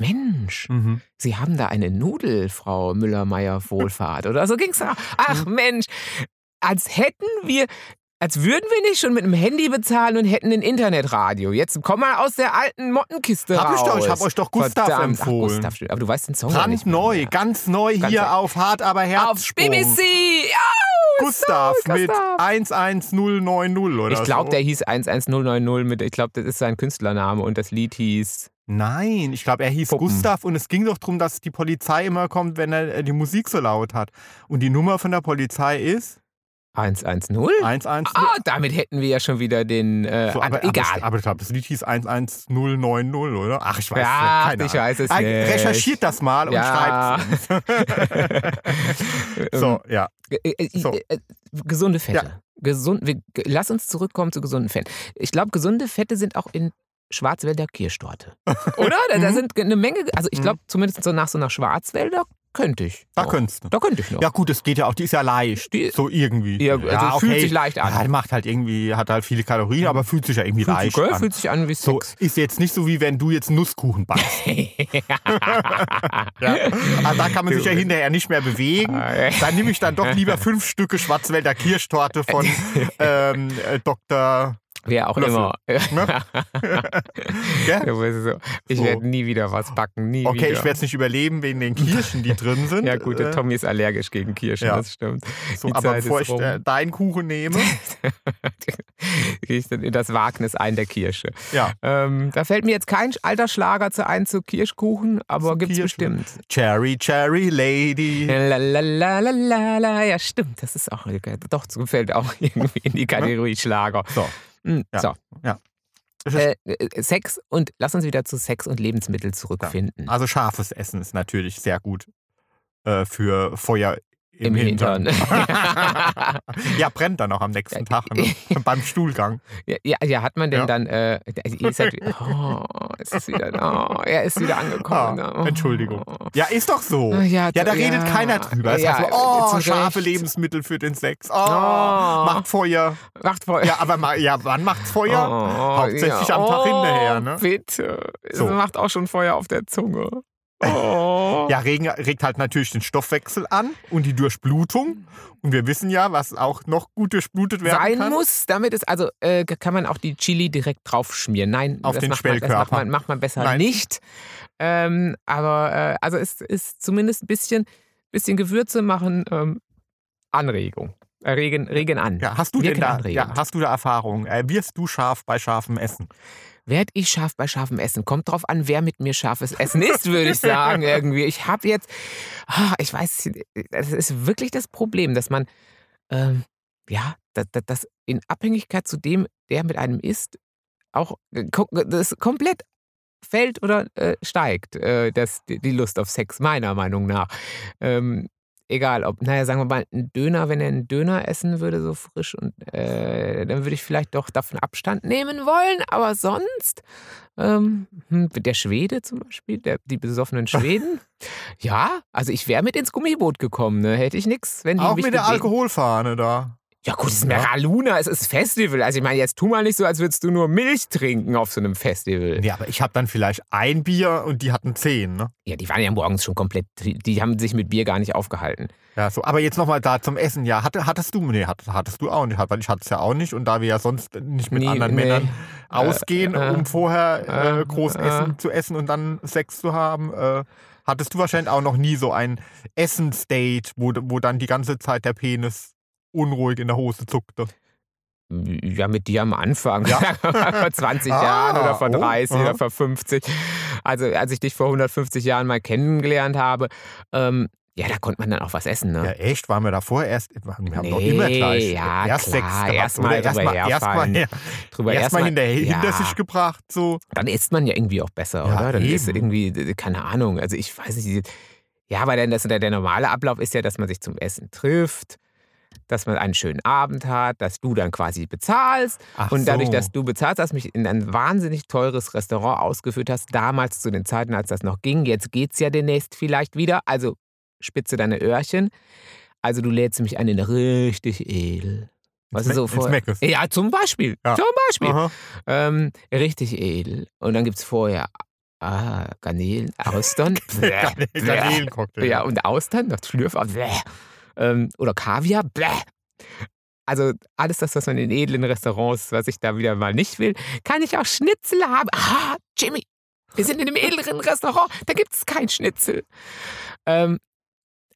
Mensch, Mhm. Sie haben da eine Nudel, Frau Müller-Meyer-Wohlfahrt. Oder so ging's auch. Ach Mensch, als hätten wir, als würden wir nicht schon mit dem Handy bezahlen und hätten ein Internetradio. Jetzt komm mal aus der alten Mottenkiste Hab raus. ich doch, ich hab euch doch Gustav Verdammt. empfohlen. Ach, Gustav, stimmt. aber du weißt den Song ja nicht mehr. Brandneu, ganz neu Ganz neu. hier auf Hart aber Auf Herzsprung. BBC! Au, Gustav so, mit Gustav. 11090 oder Ich glaube, so. der hieß 11090 mit, ich glaube, das ist sein Künstlername und das Lied hieß. Nein, ich glaube, er hieß Puppen. Gustav und es ging doch darum, dass die Polizei immer kommt, wenn er äh, die Musik so laut hat. Und die Nummer von der Polizei ist 110? 110. Ah, damit hätten wir ja schon wieder den. Äh, So, aber, egal. Aber, aber ich glaube, das Lied hieß 11090, oder? Ach, ich weiß Ja, es nicht. Keine ich weiß es Ahnung. nicht. Recherchiert das mal und Ja. schreibt So, ja. Äh, äh, So. äh, äh, Gesunde Fette. Gesund, wir, ge- lass uns zurückkommen zu gesunden Fetten. Ich glaube, gesunde Fette sind auch in Schwarzwälder Kirschtorte. Oder? Da, da Mhm. sind eine Menge, also ich Mhm. glaube, zumindest so nach so nach Schwarzwälder könnte ich. Da noch. könntest du. da könnte ich noch. Ja gut, das geht ja auch, die ist ja leicht, Die- so irgendwie. Ja, also fühlt sich leicht an. Ja, die macht halt irgendwie, hat halt viele Kalorien, aber fühlt sich ja irgendwie fühlt, sich, leicht gell? an. fühlt sich an wie So, Sex. ist jetzt nicht so wie wenn du jetzt Nusskuchen backst. ja. Also da kann man sich ja hinterher nicht mehr bewegen. Ah. Dann nehme ich dann doch lieber fünf Stücke Schwarzwälder Kirschtorte von ähm, äh, Dr. Wer auch Löffel, immer. ne? Gell? Ja, aber es ist so. Ich So. werde nie wieder was backen, nie Okay, wieder. ich werde es nicht überleben wegen den Kirschen, die drin sind. ja gut, der Äh, Tommy ist allergisch gegen Kirschen, ja. das stimmt. so, die aber Zeit bevor ist ich rum. äh, deinen Kuchen nehme, Gehe ich dann in das Wagnis ein der Kirsche. ja, Ähm, da fällt mir jetzt kein alter Schlager zu ein zu Kirschkuchen, aber Oh, gibt's Kirschen. bestimmt. Cherry, Cherry Lady. La, la, la, la, la, la. Ja, stimmt, das ist auch äh, doch das gefällt auch irgendwie in die Kategorie Schlager. So, Hm, Ja. So. Ja. Das Äh, äh, Sex und lass uns wieder zu Sex und Lebensmittel zurückfinden. also scharfes Essen ist natürlich sehr gut äh, für Feuer im, Hintern. ja, brennt dann auch am nächsten Tag ne? beim Stuhlgang. ja, ja, ja, hat man denn Ja. dann? Äh, ist halt, oh, es ist wieder, oh, er ist wieder angekommen. Ah, Oh. Entschuldigung. Ja, ist doch so. Ah, ja, Ja, da d- redet ja. keiner drüber. Es Ja, äh, heißt so, oh, zu scharfe Recht. Lebensmittel für den Sex. Oh, Oh. macht Feuer. Macht voll. Ja, aber ma ja, wann macht's Feuer? Oh, Hauptsächlich am Tag hinterher, ne? Bitte. So. Es macht auch schon Feuer auf der Zunge. Oh. Ja, Regen regt halt natürlich den Stoffwechsel an und die Durchblutung. Und wir wissen ja, was auch noch gut durchblutet werden Sein kann. muss, damit ist, also äh, kann man auch die Chili direkt drauf schmieren. Nein, Auf das den macht man, das macht Schwellkörper. man, macht man besser Nein. nicht. Ähm, aber äh, also es ist zumindest ein bisschen, bisschen Gewürze machen ähm, Anregung. Äh, regen, regen an. Ja, hast du denn Wirken da, anregend. ja, hast du da Erfahrung? Äh, wirst du scharf bei scharfem Essen? Werd ich scharf bei scharfem Essen? Kommt drauf an, wer mit mir scharfes Essen isst, würde ich sagen irgendwie. Ich habe jetzt, ah, ich weiß, das ist wirklich das Problem, dass man, ähm, ja, das, das, das in Abhängigkeit zu dem, der mit einem isst, auch äh, ko- das komplett fällt oder äh, steigt, äh, das, die die Lust auf Sex, meiner Meinung nach. Ähm, egal, ob, naja, sagen wir mal, ein Döner, wenn er einen Döner essen würde, so frisch, und äh, dann würde ich vielleicht doch davon Abstand nehmen wollen, aber sonst, ähm, hm, der Schwede zum Beispiel, der, die besoffenen Schweden, ja, also ich wäre mit ins Gummiboot gekommen, ne? hätte ich nichts, wenn die Auch mich mit der gebeten- Alkoholfahne da. ja gut, es ist Ja. Meraluna, es ist Festival. Also ich meine, jetzt tu mal nicht so, als würdest du nur Milch trinken auf so einem Festival. Ja, aber ich habe dann vielleicht ein Bier und die hatten zehn. Ne? Ja, die waren ja morgens schon komplett, die haben sich mit Bier gar nicht aufgehalten. Ja, so. Aber jetzt nochmal da zum Essen. Ja, hatte, hattest du? Nee, hattest, hattest du auch nicht, weil ich hatte es ja auch nicht. Und da wir ja sonst nicht mit Nee, anderen nee. Männern ausgehen, äh, um vorher äh, äh, groß äh. Essen zu essen und dann Sex zu haben, äh, hattest du wahrscheinlich auch noch nie so ein Essensdate, wo, wo dann die ganze Zeit der Penis unruhig in der Hose zuckte. Ja, mit dir am Anfang. Ja. vor 20 Ah, Jahren oder vor oh, 30 aha. oder vor 50. Also als ich dich vor 150 Jahren mal kennengelernt habe, ähm, ja, da konnte man dann auch was essen, Ja, ne? echt? Waren wir davor erst? Wir haben doch Nee, immer gleich. äh, ja, erst klar, Sex gehabt, erstmal oder? drüber erstmal herfallen. erstmal her- Drüber erstmal hinter, hinter ja. sich gebracht. So. dann isst man ja irgendwie auch besser, Ja, oder? Dann ist eben. irgendwie, äh, keine Ahnung, also ich weiß nicht. Ja, weil dann das, der, der normale Ablauf ist ja, dass man sich zum Essen trifft, dass man einen schönen Abend hat, dass du dann quasi bezahlst. Ach und dadurch, so. dass du bezahlst, hast mich in ein wahnsinnig teures Restaurant ausgeführt hast, damals zu den Zeiten, als das noch ging. Jetzt geht's ja demnächst vielleicht wieder. Also spitze deine Öhrchen. Also du lädst mich ein in richtig edel. Was Me- so ins vor? Meckes. Ja, zum Beispiel. Ja. Zum Beispiel. Aha. Ähm, richtig edel. Und dann gibt es vorher ah, Garnelen, Austern. Bäh, Garne- bäh. Garnelencocktail. Ja, und Austern, noch Schlürf, bäh. ähm, oder Kaviar. Bäh. Also alles das, was man in edlen Restaurants, was ich da wieder mal nicht will, kann ich auch Schnitzel haben. Ah, Jimmy, wir sind in einem edleren Restaurant, da gibt es kein Schnitzel. Ähm,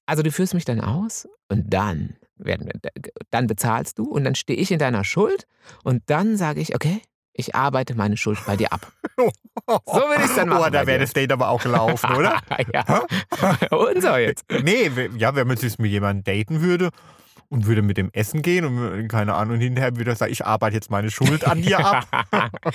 also du führst mich dann aus und dann werden wir, dann bezahlst du und dann stehe ich in deiner Schuld und dann sage ich, okay, ich arbeite meine Schuld bei dir ab. So will ich dann machen. Oh, da bei wäre dir. das Date aber auch gelaufen, oder? ja. Und so jetzt. Nee, we- ja, wenn man sich mit jemandem daten würde und würde mit dem Essen gehen und äh, keine Ahnung, und hinterher würde er sagen, ich arbeite jetzt meine Schuld an dir ab.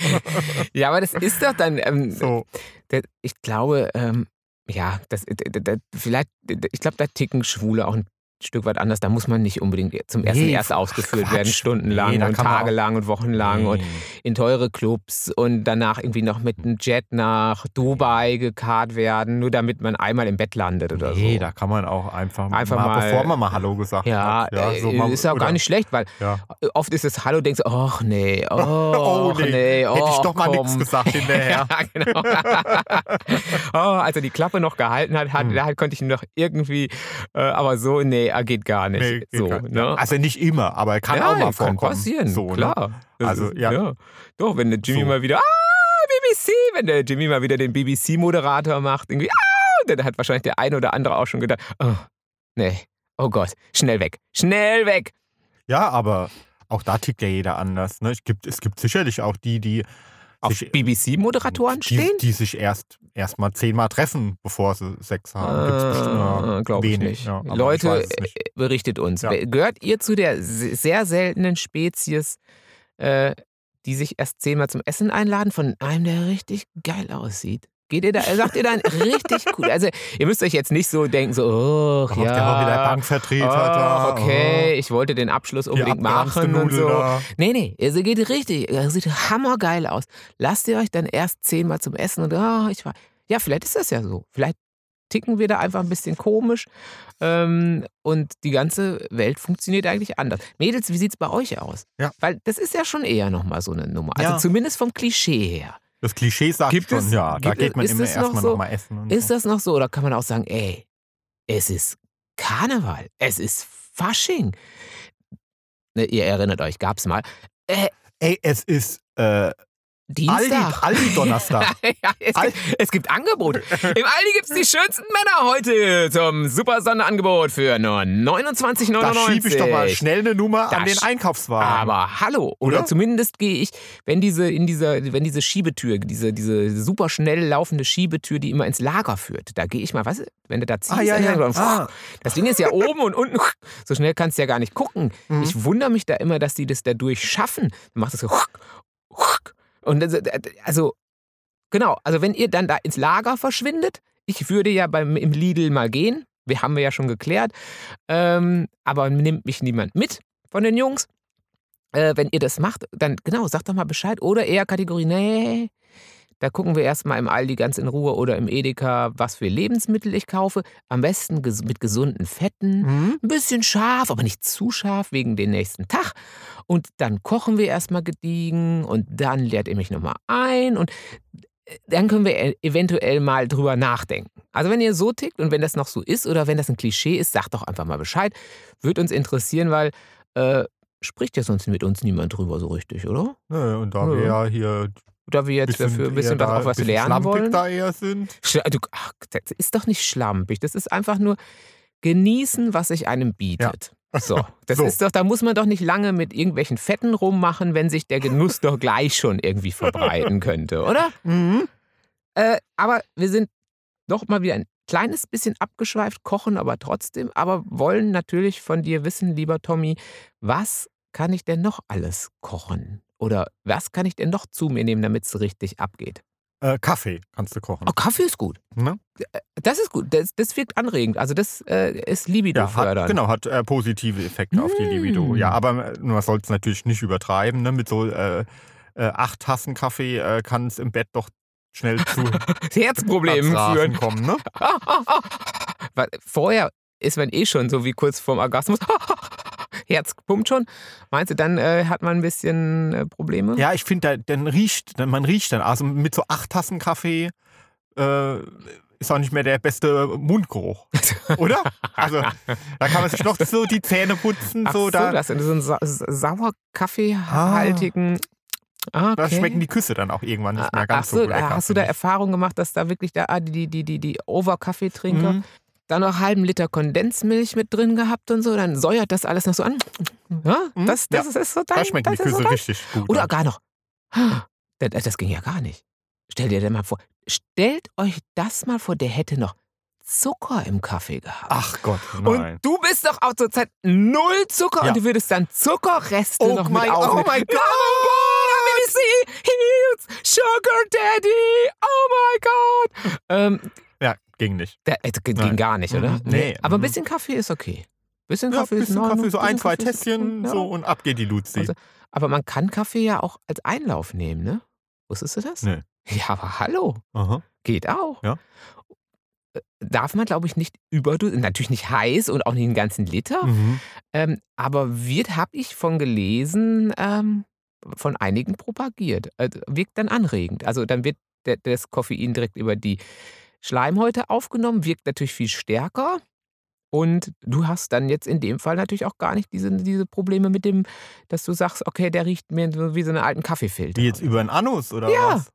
ja, aber das ist doch dann, ähm, So. das, ich glaube, ähm, ja, das, das, das, vielleicht, ich glaube, da ticken Schwule auch ein Stück weit anders. Da muss man nicht unbedingt zum ersten Nee, erst ausgeführt Quatsch. werden, stundenlang Nee, da und kann man auch- tagelang und wochenlang und Nee. in teure Clubs und danach irgendwie noch mit einem Jet nach Dubai gekarrt werden, nur damit man einmal im Bett landet oder Nee, so. da kann man auch einfach, Einfach mal, mal- bevor man mal Hallo gesagt ja, hat. äh, so mal- ist ja auch gar oder- nicht schlecht, weil Ja. oft ist es Hallo, denkst du, ach nee, oh, Oh, nee, nee, oh, hätte ich doch mal nichts komm. gesagt hinterher. Ja, genau. oh, als er die Klappe noch gehalten hat, Hm. hat da konnte ich ihn noch irgendwie, äh, aber so, nee, ah, geht gar nicht. Nee, geht so, gar nicht. ne? Also nicht immer, aber kann ja, auch mal kann vorkommen. passieren, so, ne? klar. Das Also, ja. Doch, wenn der Jimmy So. mal wieder, ah, BBC, wenn der Jimmy mal wieder den BBC-Moderator macht, irgendwie, ah, dann hat wahrscheinlich der eine oder andere auch schon gedacht, oh, nee, oh Gott, schnell weg, schnell weg. Ja, aber auch da tickt ja jeder anders. Ne? Es, gibt, es gibt sicherlich auch die, die Auf sich, BBC-Moderatoren die, stehen? die sich erst erstmal zehnmal treffen, bevor sie Sex haben. Ah, Gibt's bestimmt, ja, Äh, glaub ich wenig, nicht. Ja, aber Leute, äh, ich weiß es nicht. berichtet uns. Ja. Wer- Gehört ihr zu der se- sehr seltenen Spezies, äh, die sich erst zehnmal zum Essen einladen, von einem, der richtig geil aussieht? Geht ihr da, sagt ihr dann richtig cool? Also, ihr müsst euch jetzt nicht so denken, so, oh, Da hockt ja noch wieder ja. Bankvertreter da. ah, okay, ich wollte den Abschluss oh, die unbedingt abgeranzte machen und Nudel so. Da. Nee, nee, ihr geht richtig, ihr sieht hammergeil aus. Lasst ihr euch dann erst zehnmal zum Essen und ah, ich war. Ja, vielleicht ist das ja so. Vielleicht ticken wir da einfach ein bisschen komisch ähm, und die ganze Welt funktioniert eigentlich anders. Mädels, wie sieht's bei euch aus? Ja. Weil das ist ja schon eher nochmal so eine Nummer. Also Ja. zumindest vom Klischee her. Das Klischee sagt Gibt schon, es- ja, da gibt es- geht man ist immer es noch erstmal so? nochmal essen. Und Ist so. das noch so oder kann man auch sagen, ey, es ist Karneval, es ist Fasching? Ne, ihr erinnert euch, gab's mal. Ey, es ist äh, Aldi, Dienstag. Aldi Donnerstag. ja, es, Al- gibt, es gibt Angebote. Im Aldi gibt's die schönsten Männer heute zum super Sonderangebot für nur da 29,99. schiebe ich doch mal schnell eine Nummer Da an den sch- Ah, Einkaufswagen. Aber hallo, oder, Oder? zumindest gehe ich, wenn diese in dieser, wenn diese Schiebetür, diese diese super schnell laufende Schiebetür, die immer ins Lager führt, da gehe ich mal, weißt du, wenn du da ziehst, Ah, ja, dann- ja. dann- Ah. das Ding ist ja oben und unten, so schnell kannst du ja gar nicht gucken. Mhm. Ich wundere mich da immer, dass die das dadurch schaffen. Du machst das so und das, also genau, also wenn ihr dann da ins Lager verschwindet, ich würde ja beim im Lidl mal gehen, wir haben wir ja schon geklärt, ähm, aber nimmt mich niemand mit von den Jungs. Äh, wenn ihr das macht, dann genau, sagt doch mal Bescheid. Oder eher Kategorie, nee, da gucken wir erstmal im Aldi ganz in Ruhe oder im Edeka, was für Lebensmittel ich kaufe. Am besten ges mit gesunden Fetten. Hm? Ein bisschen scharf, aber nicht zu scharf wegen den nächsten Tag. Und dann kochen wir erstmal gediegen und dann leert ihr mich nochmal ein und dann können wir e- eventuell mal drüber nachdenken. Also wenn ihr so tickt und wenn das noch so ist oder wenn das ein Klischee ist, sagt doch einfach mal Bescheid. Würde uns interessieren, weil äh, spricht ja sonst mit uns niemand drüber so richtig, oder? Nö, Und da wir Ja. ja hier Oder wir jetzt dafür ein bisschen eher da darauf was bisschen lernen schlampig wollen. da eher sind. Schla- du, ach, das ist doch nicht schlampig. Das ist einfach nur genießen, was sich einem bietet. So, das So. ist doch, da muss man doch nicht lange mit irgendwelchen Fetten rummachen, wenn sich der Genuss doch gleich schon irgendwie verbreiten könnte, oder? Mhm. Äh, aber wir sind doch mal wieder ein kleines bisschen abgeschweift, kochen aber trotzdem, aber wollen natürlich von dir wissen, lieber Tommy, was kann ich denn noch alles kochen? Oder was kann ich denn noch zu mir nehmen, damit es richtig abgeht? Äh, Kaffee kannst du kochen. Oh, Kaffee ist gut. Ne? Das ist gut, das, das wirkt anregend. Also das äh, ist Libido fördern. hat, genau, hat äh, positive Effekte auf die Mm. Libido. Ja, aber äh, man soll es natürlich nicht übertreiben. Ne? Mit so äh, äh, acht Tassen Kaffee äh, kann es im Bett doch schnell zu Herzproblemen Herzrasen führen. kommen. Ne? Weil Vorher ist man eh schon so wie kurz vorm Orgasmus. Herz pumpt schon. Meinst du, dann äh, hat man ein bisschen äh, Probleme? Ja, ich finde, da- dann riecht, dann, man riecht dann. Also mit so acht Tassen Kaffee äh, ist auch nicht mehr der beste Mundgeruch. Oder? Also da kann man sich noch so die Zähne putzen. Ach so, so, da, das ist so ein sa sa- sauer kaffeehaltigen. Ah, okay. da schmecken die Küsse dann auch irgendwann nicht mehr Ah, ganz Ach so, so lecker. hast du da finde Erfahrung gemacht, dass da wirklich da ah, die, die, die, die ich. Over-Kaffeetrinker Mhm. dann noch halben Liter Kondensmilch mit drin gehabt und so, dann säuert das alles noch so an. Ja, Mhm, das, das, ist- das ist so dein. Da schmecken das die ist so Küsse dein. richtig gut. Oder an. gar noch. Ah, Das, das ging ja gar nicht. Stell dir das mal vor. Stellt euch das mal vor, der hätte noch Zucker im Kaffee gehabt. Ach Gott, nein. und du bist doch auch zurzeit null Zucker Ja. und du würdest dann Zuckerreste Oh noch mein- mit aufnehmen. oh mein Ja, oh mein Gott! Heels, Sugar Daddy! Oh mein Gott! Ähm, ja, ging nicht. da, äh, ging Nein. gar nicht, oder? Mhm. Nee. Aber ein Mhm. bisschen Kaffee ist okay. Bisschen Ja, Kaffee ist bisschen in Ordnung, Kaffee, so ein, bisschen zwei Kaffee ist Tässchen gut, ja. so und ab geht die Luzi. Also- Aber man kann Kaffee ja auch als Einlauf nehmen, ne? Wusstest du das? Nee. Ja, aber hallo. Aha. Geht auch. Ja. Äh, Darf man, glaube ich, nicht überdosieren. Natürlich nicht heiß und auch nicht den ganzen Liter. Mhm. Ähm, aber wird, habe ich von gelesen, ähm, von einigen propagiert. Äh, wirkt dann anregend. Also dann wird der, das Koffein direkt über die Schleimhäute aufgenommen, wirkt natürlich viel stärker. Und du hast dann jetzt in dem Fall natürlich auch gar nicht diese, diese Probleme mit dem, dass du sagst, okay, der riecht mir so wie so einen alten Kaffeefilter. Wie jetzt über den Anus oder Ja. was?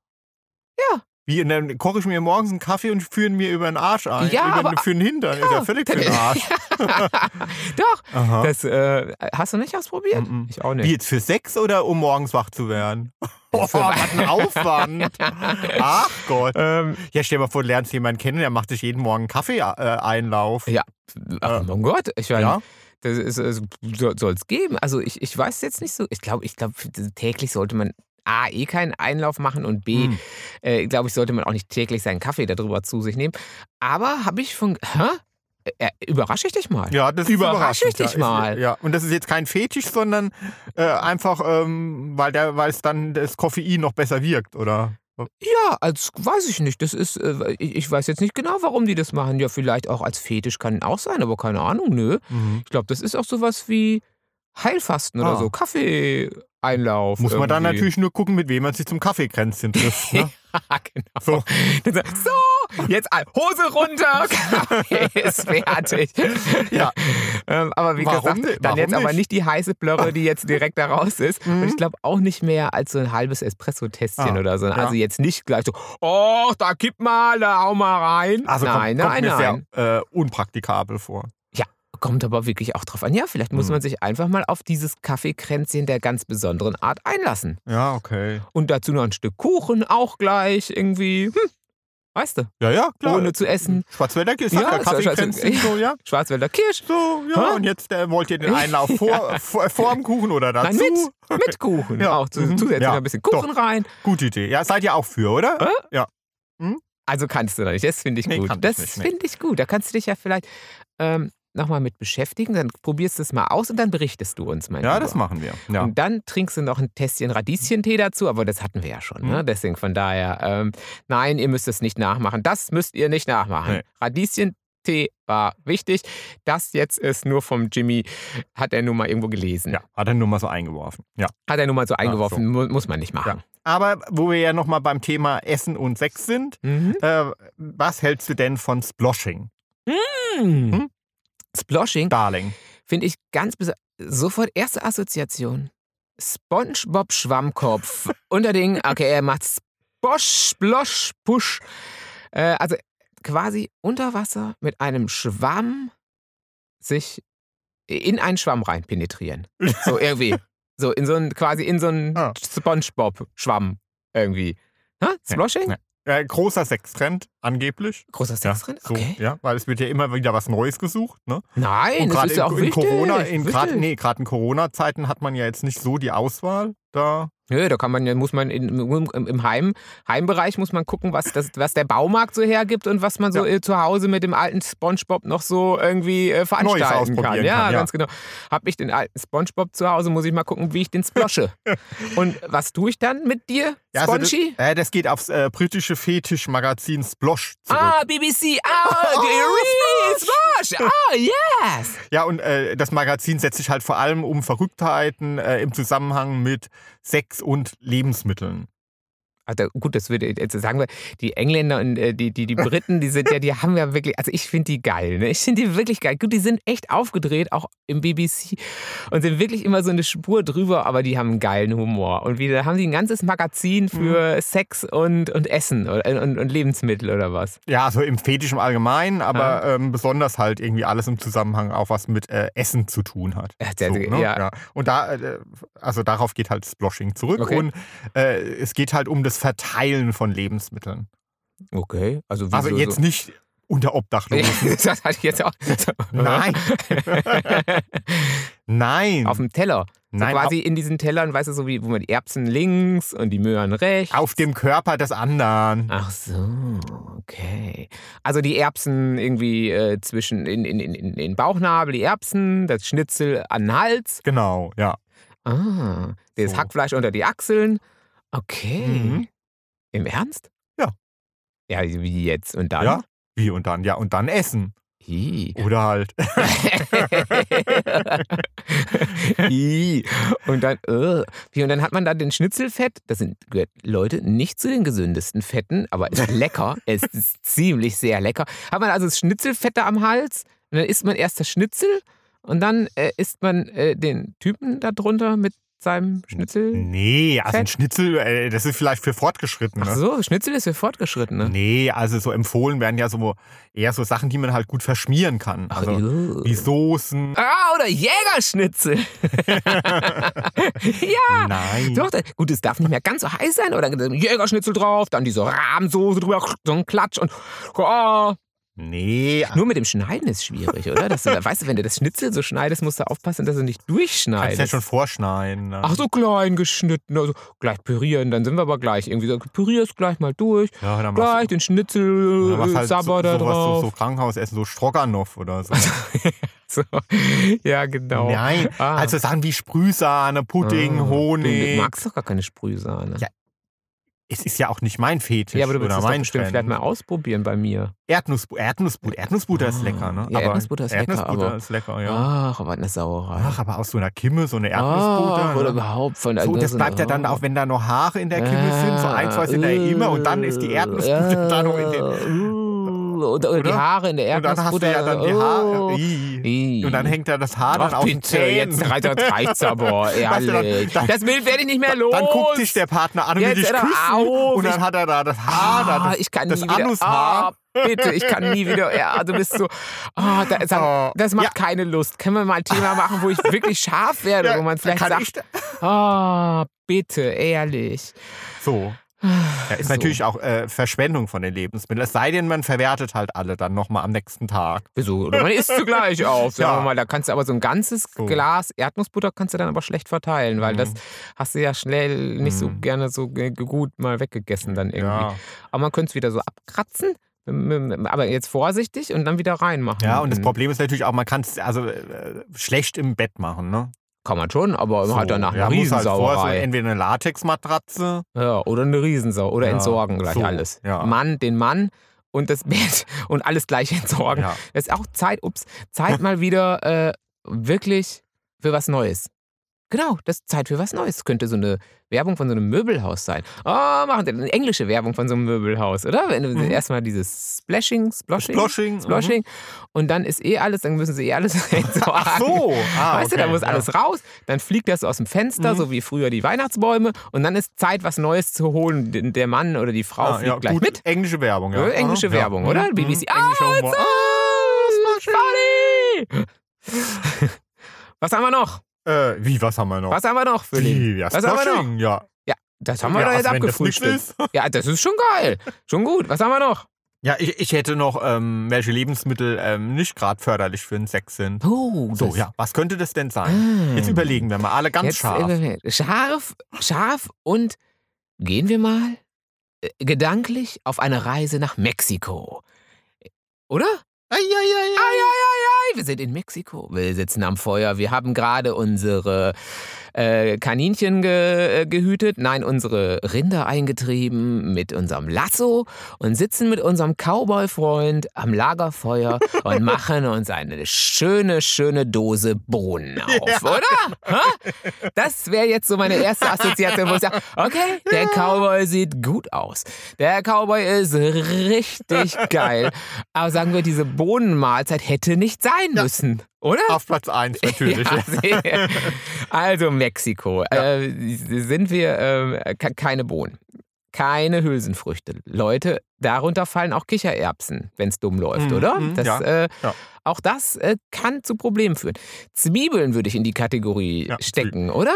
Ja. Wie, und dann koche ich mir morgens einen Kaffee und führe ihn mir über den Arsch ein. Ja, über aber- für den Hintern. Ist ja völlig für den Arsch. Doch, Aha. das äh, hast du nicht ausprobiert? Mm, mm. Ich auch Wie nicht. jetzt für Sex oder um morgens wach zu werden? Oh, Für- was ein Aufwand. Ach Gott. Ähm, Ja, stell dir mal vor, du lernst jemanden kennen, der macht sich jeden Morgen einen Kaffee-Einlauf. Ja. Ach, Äh, mein Gott, ich meine, ja. das ist, also, soll es geben. Also ich, ich weiß jetzt nicht so. Ich glaube, ich glaube, täglich sollte man A, eh keinen Einlauf machen und B, Hm. äh, glaube ich, sollte man auch nicht täglich seinen Kaffee darüber zu sich nehmen. Aber habe ich von. Hä? Äh, überrasche ich dich mal. Ja, das ist Überrasch überraschend, ich dich ja. Ist- mal. Ja, und das ist jetzt kein Fetisch, sondern äh, einfach, ähm, weil der, weil es dann das Koffein noch besser wirkt, oder? Ja, als weiß ich nicht. Das ist, äh, ich ich weiß jetzt nicht genau, warum die das machen. Ja, vielleicht auch als Fetisch kann auch sein, aber Mhm. keine Ahnung, nö. Ich glaube, das ist auch sowas wie Heilfasten oder Ah. so. Kaffee Einlauf. Muss man dann irgendwie. natürlich nur gucken, mit wem man sich zum Kaffeekränzchen trifft. Ne? Ja, genau. So. Dann so, so, jetzt ein- Hose runter, Kaffee ist fertig. Ja. Ähm, aber wie Warum gesagt, denn? dann Warum jetzt aber nicht? Mhm. nicht die heiße Blöre, die jetzt direkt da raus ist. Und ich glaube auch nicht mehr als so ein halbes Espresso-Tässchen Ah, oder so. ja. Also jetzt nicht gleich so, oh, da gib mal, da hau mal rein. Also nein, kommt, kommt nein, mir nein. sehr äh, unpraktikabel vor. Kommt aber wirklich auch drauf an. Ja, vielleicht muss Hm. man sich einfach mal auf dieses Kaffeekränzchen der ganz besonderen Art einlassen. Ja, okay. Und dazu noch ein Stück Kuchen auch gleich irgendwie. Hm, weißt du, Ja, ja, klar. ohne zu essen. Schwarzwälder ist Ja, ja, ja ist ja Kaffeekränzchen, Schwarz- so, ja. Schwarzwälder Kirsch So, ja, Hä? und jetzt äh, wollt ihr den Einlauf vor, vor, vor dem Kuchen oder dazu? Nein, mit, mit Kuchen. Ja. Auch zu, Mhm. zusätzlich Ja. noch ein bisschen Kuchen rein. Gute Idee. Ja, seid ihr auch für, oder? Also kannst du noch nicht. Das finde ich Nee, gut. kann ich Das nicht, nee. finde ich gut. Da kannst du dich ja vielleicht ähm, nochmal mit beschäftigen. Dann probierst du es mal aus und dann berichtest du uns, mein Ja, Lieber. das machen wir. Ja. Und dann trinkst du noch ein Tässchen Radieschentee dazu, aber das hatten wir ja schon. Mhm. Ne? Deswegen von daher, ähm, nein, ihr müsst es nicht nachmachen. Das müsst ihr nicht nachmachen. Nee. Radieschentee war wichtig. Das jetzt ist nur vom Jimmy, hat er nun mal irgendwo gelesen. ja, hat er nur mal so eingeworfen. Ja. Hat er nun mal so eingeworfen, so. mu- muss man nicht machen. Aber wo wir ja nochmal beim Thema Essen und Sex sind, Mhm. äh, was hältst du denn von Sploshing, Hm? Sploshing Darling? finde ich ganz besonders. Sofort erste Assoziation. SpongeBob Schwammkopf. Unterding, okay, er macht Sposch, Splosch, Push. Äh, also quasi unter Wasser mit einem Schwamm sich in einen Schwamm rein penetrieren. So irgendwie. So in so ein, quasi in so einen Ah. SpongeBob-Schwamm irgendwie. Ha? Sploshing? ja. Äh, großer Sextrend, angeblich. Großer Ja, Sex drin? so, Okay. ja, weil es wird ja immer wieder was Neues gesucht. Ne? Nein, das gerade ist ja auch in, in wichtig. Corona, in gerade wichtig. nee, gerade in Corona-Zeiten hat man ja jetzt nicht so die Auswahl. Da Nö, da kann man ja, muss man in, im, im- im Heim, Heimbereich muss man gucken, was, das, was der Baumarkt so hergibt und was man so Ja. äh, zu Hause mit dem alten SpongeBob noch so irgendwie äh, veranstalten ausprobieren kann. kann, Ja, ja. ganz genau. Hab ich den alten SpongeBob zu Hause, muss ich mal gucken, wie ich den splosche. und was tue ich dann mit dir, Ja, also das, Spongy? äh, das geht aufs äh, britische Fetischmagazin Splosh zurück. Ah, BBC, ah, Oh, oh, Splosh, ah, yes. Ja, und äh, das Magazin setzt sich halt vor allem um Verrücktheiten äh, im Zusammenhang mit Sex und Lebensmitteln. Also gut, das würde jetzt sagen wir, die Engländer und äh, die, die, die Briten, die sind ja, die haben ja wirklich, also ich finde die geil, ne? Ich finde die wirklich geil. Gut, die sind echt aufgedreht, auch im BBC und sind wirklich immer so eine Spur drüber, aber die haben einen geilen Humor. Und wieder haben die ein ganzes Magazin für Sex und, und Essen oder, äh, und, und Lebensmittel oder was. Ja, also im Fetisch im Allgemeinen, aber ähm, besonders halt irgendwie alles im Zusammenhang auch was mit äh, Essen zu tun hat. Ja, sehr, sehr- ne? ja. Und da, äh, also darauf geht halt Sploshing zurück Okay. und äh, es geht halt um das Verteilen von Lebensmitteln. Okay, also wie Also so- jetzt so. nicht unter Obdachlosen. das hatte ich jetzt auch. Nein. Nein. Auf dem Teller. So Nein, quasi in diesen Tellern, weißt du, so wie, wo man die Erbsen links und die Möhren rechts. auf dem Körper des anderen. Ach so, okay. Also die Erbsen irgendwie äh, zwischen in, in, in, in den Bauchnabel, die Erbsen, das Schnitzel an den Hals, Genau, ja. ah, das So. Hackfleisch unter die Achseln. Okay. Mhm. Im Ernst? Ja. Ja, wie jetzt und dann? Ja. Wie und dann? Ja, und dann essen. Hi. Oder halt. Hi. und dann, äh. Wie, und dann hat man da den Schnitzelfett. Das sind, gehört Leute nicht zu den gesündesten Fetten, aber ist lecker. es ist ziemlich sehr lecker. Hat man also das Schnitzelfett da am Hals und dann isst man erst das Schnitzel und dann äh, isst man äh, den Typen da drunter mit seinem Schnitzel. Nee, also ein Hm. Fett. Schnitzel, äh, das ist vielleicht für Fortgeschrittene. Ach so, Schnitzel ist ne? für Fortgeschrittene. Nee, also so empfohlen werden ja so eher so Sachen, die man halt gut verschmieren kann. Ach, Also jo. wie Soßen. Ah, oder Jägerschnitzel. ja. Nein. Doch, da- gut, es darf nicht mehr ganz so heiß sein. Oder Jägerschnitzel drauf, dann diese Rahmsoße drüber, so ein Klatsch und. Oh. Nee, Nur mit dem Schneiden ist schwierig, oder? Dass du, da- weißt du, wenn du das Schnitzel so schneidest, musst du aufpassen, dass du nicht kannst durchschneidest. ja schon vorschneiden. ne? Ach, so klein geschnitten, also gleich pürieren, dann sind wir aber gleich irgendwie so, pürierst gleich mal durch, Ja, dann machst gleich den Schnitzel, du dann machst äh, halt Sabber so, da sowas, so, drauf. so Krankenhausessen, so Stroganoff oder so. So. Ja, genau. Nein, Ah. also Sachen wie Sprühsahne, also Pudding, Ah, Du Honig. magst doch gar keine Sprühsahne. Ja. es ist ja auch nicht mein Fetisch Ja, aber du willst oder das doch mein bestimmt Trend. vielleicht mal ausprobieren bei mir. Erdnussbu Erdnussbutter. Erdnussbutter ist lecker, ne? Ah. Ja, Erdnussbutter ist lecker, Erdnussbutter aber- Ah. ist lecker, ja. Ach, aber eine Sauerei. Ach, aber aus so einer Kimme, so eine Ach, Ah, oder Erdnussbutter. ne? überhaupt von So, das so- oh. bleibt ja dann auch, wenn da noch Haare in der Kimme sind, so ein, zwei sind da ja eh immer und dann Äh. ist die Erdnussbutter Ja, da noch in den. Oder, uh, oder, die Oder? Haare in der Und dann Erdnussbutter. hast du ja dann die Oh. Haare. äh, Ih. Ih. Und dann hängt da das Haar dann Ach, auf den bitte, Zähnen. jetzt reicht das reicht's aber, du, dann- ehrlich. dann- das Bild werde ich nicht mehr los. Dann guckt dich der Partner an und will Jetzt dich hör doch küssen. auf, und dann ich- hat er da das Haar, da Ah, das, ich kann das nie wieder. Anushaar. Ah, bitte, ich kann nie wieder. Ja, du bist so. Ah, da, sag, Oh, das macht ja. keine Lust. Können wir mal ein Thema machen, wo ich wirklich scharf werde, Ja, wo man vielleicht kann sagt, ich da- ah, bitte, ehrlich. So. Ja, ist So. natürlich auch äh, Verschwendung von den Lebensmitteln. Es sei denn, man verwertet halt alle dann nochmal am nächsten Tag. Wieso? Oder man isst zugleich auf. Sagen Ja. Oh. wir mal, da kannst du aber so ein ganzes So. Glas Erdnussbutter kannst du dann aber schlecht verteilen, weil das hast du ja schnell nicht so Mhm. gerne so ge- gut mal weggegessen dann irgendwie. Ja. Aber man könnte es wieder so abkratzen, m- m- aber jetzt vorsichtig und dann wieder reinmachen. ja, und das Mhm. Problem ist natürlich auch, man kann es also äh, schlecht im Bett machen, ne? Kann man schon, aber man hat danach ja, eine muss halt vorher so Riesensauerei. entweder eine Latexmatratze. ja, oder eine Riesensau. Oder Ja, entsorgen gleich so, alles. ja. Mann, den Mann und das Bett und alles gleich entsorgen. Ja. Das ist auch Zeit, ups, Zeit mal wieder äh, wirklich für was Neues. Genau, das ist Zeit für was Neues. Könnte so eine Werbung von so einem Möbelhaus sein. Oh, machen Sie eine englische Werbung von so einem Möbelhaus, oder? Wenn du Mhm. erstmal dieses Splashing, Sploshing, Sploshing. Sploshing und dann ist eh alles, dann müssen sie eh alles entsorgen. Ach so. Ah, weißt okay. du, da muss ja. alles raus, dann fliegt das aus dem Fenster, Mhm. so wie früher die Weihnachtsbäume und dann ist Zeit, was Neues zu holen. D- Der Mann oder die Frau Ah, fliegt ja, gleich gut. mit. Englische Werbung, ja. Äh, Englische Ja. Werbung, oder? Mhm. BBC. Mhm. Englischer Ah, Humor. it's us, Party! Was haben wir noch? Äh, wie, was haben wir noch? Was haben wir noch für den? Wie, ja, Was haben wir noch? Splashing, ja. Das haben wir ja, doch jetzt also wenn das nichts abgefrühstückt. ist. ja, das ist schon geil. Schon gut. Was haben wir noch? Ja, ich, ich hätte noch, ähm, welche Lebensmittel ähm, nicht gerade förderlich für den Sex sind. Oh, So, das- ja, was könnte das denn sein? Ah. Jetzt überlegen wir mal, alle ganz Jetzt, scharf. äh, Scharf, scharf und gehen wir mal äh, gedanklich auf eine Reise nach Mexiko. Oder? Ei, ei, ei, ei. Ei, ei, ei, ei, wir sind in Mexiko. Wir sitzen am Feuer. Wir haben gerade unsere äh, Kaninchen ge, äh, gehütet. Nein, unsere Rinder eingetrieben mit unserem Lasso und sitzen mit unserem Cowboy-Freund am Lagerfeuer und machen uns eine schöne, schöne Dose Bohnen auf, oder? Hä? Das wäre jetzt so meine erste Assoziation, wo ich sage, okay, der Cowboy sieht gut aus. Der Cowboy ist richtig geil. Aber sagen wir, diese Bohnenmahlzeit hätte nicht sein müssen, oder? Auf Platz 1 natürlich. Ja, sehr. also Mexiko. Äh, sind wir ähm, ke- keine Bohnen. Keine Hülsenfrüchte. Leute, darunter fallen auch Kichererbsen, wenn es dumm läuft, Mhm, oder? mhm, Das, ja, äh, ja. Auch das äh, kann zu Problemen führen. Zwiebeln würde ich in die Kategorie Ja, stecken, oder?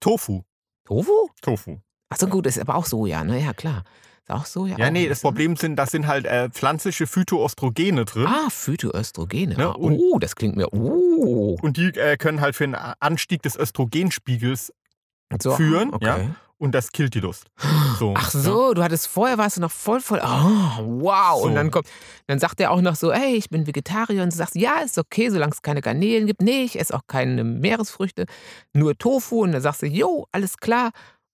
Tofu. Tofu? Tofu. Achso, gut, ist aber auch Soja, ne? Ja, klar. Ist auch Soja. Ja, auch nee, nicht, das ne? Problem sind, das sind halt äh, pflanzliche Phytoöstrogene drin. Ah, Phytoöstrogene. Ne, Ah, und- oh, das klingt mir. Oh. Und die äh, können halt für einen Anstieg des Östrogenspiegels So, führen, okay. ja. und das killt die Lust. So, Ach so, du hattest vorher warst du noch voll voll. Oh, wow. Und So. dann kommt, dann sagt er auch noch so, hey, ich bin Vegetarier und du sagst, ja, ist okay, solange es keine Garnelen gibt. Nee, ich esse auch keine Meeresfrüchte, nur Tofu. Und dann sagst du, jo, alles klar.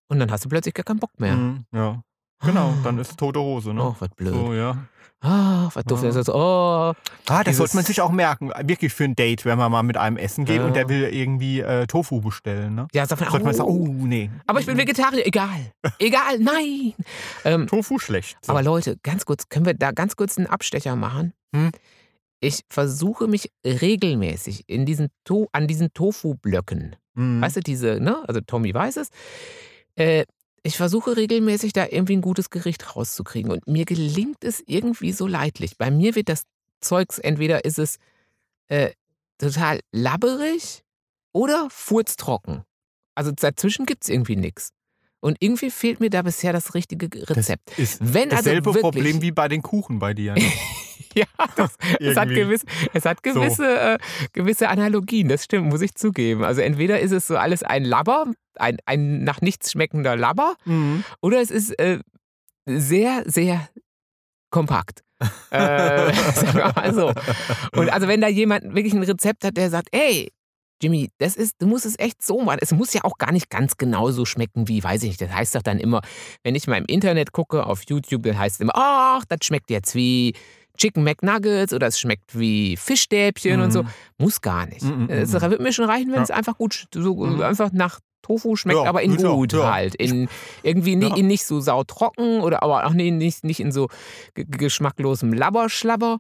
Und dann hast du plötzlich gar keinen Bock Ja. mehr. Mhm, ja. Genau, dann ist tote Hose, ne? Oh, was blöd. So, ja. Ah, was doof. Ah. Das ist, oh, Ah, das Dieses- sollte man sich auch merken. Wirklich für ein Date, wenn man mal mit einem essen geht Ja. und der will irgendwie äh, Tofu bestellen. Ne? ja, sagt man, Sollte man sagen, oh, oh nee. aber ich bin Vegetarier. Egal, egal, nein. Ähm, Tofu schlecht. So. Aber Leute, ganz kurz, können wir da ganz kurz einen Abstecher machen? Hm? Ich versuche mich regelmäßig in diesen to an diesen Tofu-Blöcken, Mhm. weißt du, diese, ne, also Tommy weiß es, äh, ich versuche regelmäßig da irgendwie ein gutes Gericht rauszukriegen und mir gelingt es irgendwie so leidlich. Bei mir wird das Zeugs, entweder ist es äh, total labberig oder furztrocken. Also dazwischen gibt es irgendwie nichts. Und irgendwie fehlt mir da bisher das richtige Rezept. Ist Wenn dasselbe also wirklich, Problem wie bei den Kuchen bei dir. Ne? ja, das, es hat Irgendwie. gewisse, es hat So. gewisse, äh, gewisse Analogien. Das stimmt, muss ich zugeben. Also entweder ist es so alles ein Labber, ein, ein nach nichts schmeckender Labber, Mhm. oder es ist äh, sehr, sehr kompakt. äh, sagen wir mal so. Und also wenn da jemand wirklich ein Rezept hat, der sagt, ey, Jimmy, das ist, du musst es echt so machen. Es muss ja auch gar nicht ganz genau so schmecken wie, weiß ich nicht. Das heißt doch dann immer, wenn ich mal im Internet gucke, auf YouTube, dann heißt es immer, ach, das schmeckt jetzt wie Chicken McNuggets oder es schmeckt wie Fischstäbchen Mhm. und so. Muss gar nicht. Äh, Mhm, mhm, Es mhm. wird mir schon reichen, wenn Ja. es einfach gut, so Mhm. einfach nach Tofu schmeckt, Ja, aber in ist ja, gut ja. halt. In irgendwie ni- Ja. in nicht so sautrocken oder aber auch nee, nicht, nicht in so ge- ge- geschmacklosem Labberschlabber.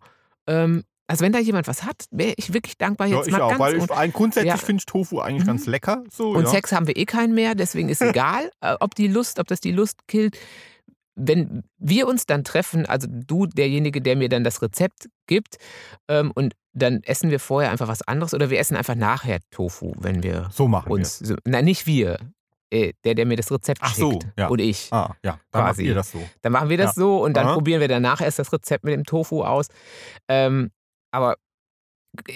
Ähm, also wenn da jemand was hat, wäre ich wirklich dankbar Ja, jetzt ich mal auch, ganz weil ich, un- ein- grundsätzlich Ja. finde ich Tofu eigentlich Mhm. ganz lecker. So, und Oh ja. Sex haben wir eh keinen mehr, deswegen ist egal, äh, ob die Lust, ob das die Lust killt. Wenn wir uns dann treffen, also du, derjenige, der mir dann das Rezept gibt, ähm, und dann essen wir vorher einfach was anderes oder wir essen einfach nachher Tofu, wenn wir So machen wir uns. So, nein, nicht wir. Äh, der, der mir das Rezept Ach so, schickt ja. und ich. Ah, ja, dann macht Quasi. ihr das so. Dann machen wir das Ja. so und dann Aha. probieren wir danach erst das Rezept mit dem Tofu aus. Ähm, aber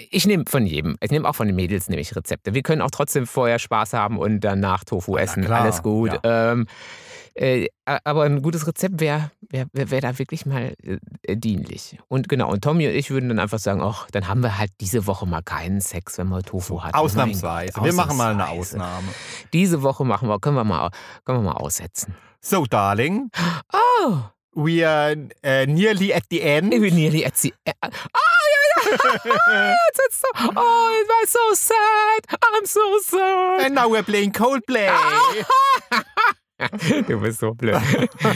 ich nehme von jedem, ich nehme auch von den Mädels nehme ich Rezepte. Wir können auch trotzdem vorher Spaß haben und danach Tofu essen. klar, Alles gut. Ähm, äh, aber ein gutes Rezept wäre wär, wär, wär da wirklich mal äh, dienlich. Und genau, und Tommy und ich würden dann einfach sagen, ach, dann haben wir halt diese Woche mal keinen Sex, wenn wir Tofu hatten. Ausnahmsweise. Mein Wir Gott, machen mal eine ausnahmsweise. Ausnahme. Diese Woche machen wir, können wir mal, können wir mal aussetzen. So, darling, Oh! we are äh, nearly at the end. Ich bin nearly at the end. Oh, yeah, yeah. it's, it's so, oh, it was so sad. I'm so sad. And now we're playing Coldplay. Ah! Du bist so blöd.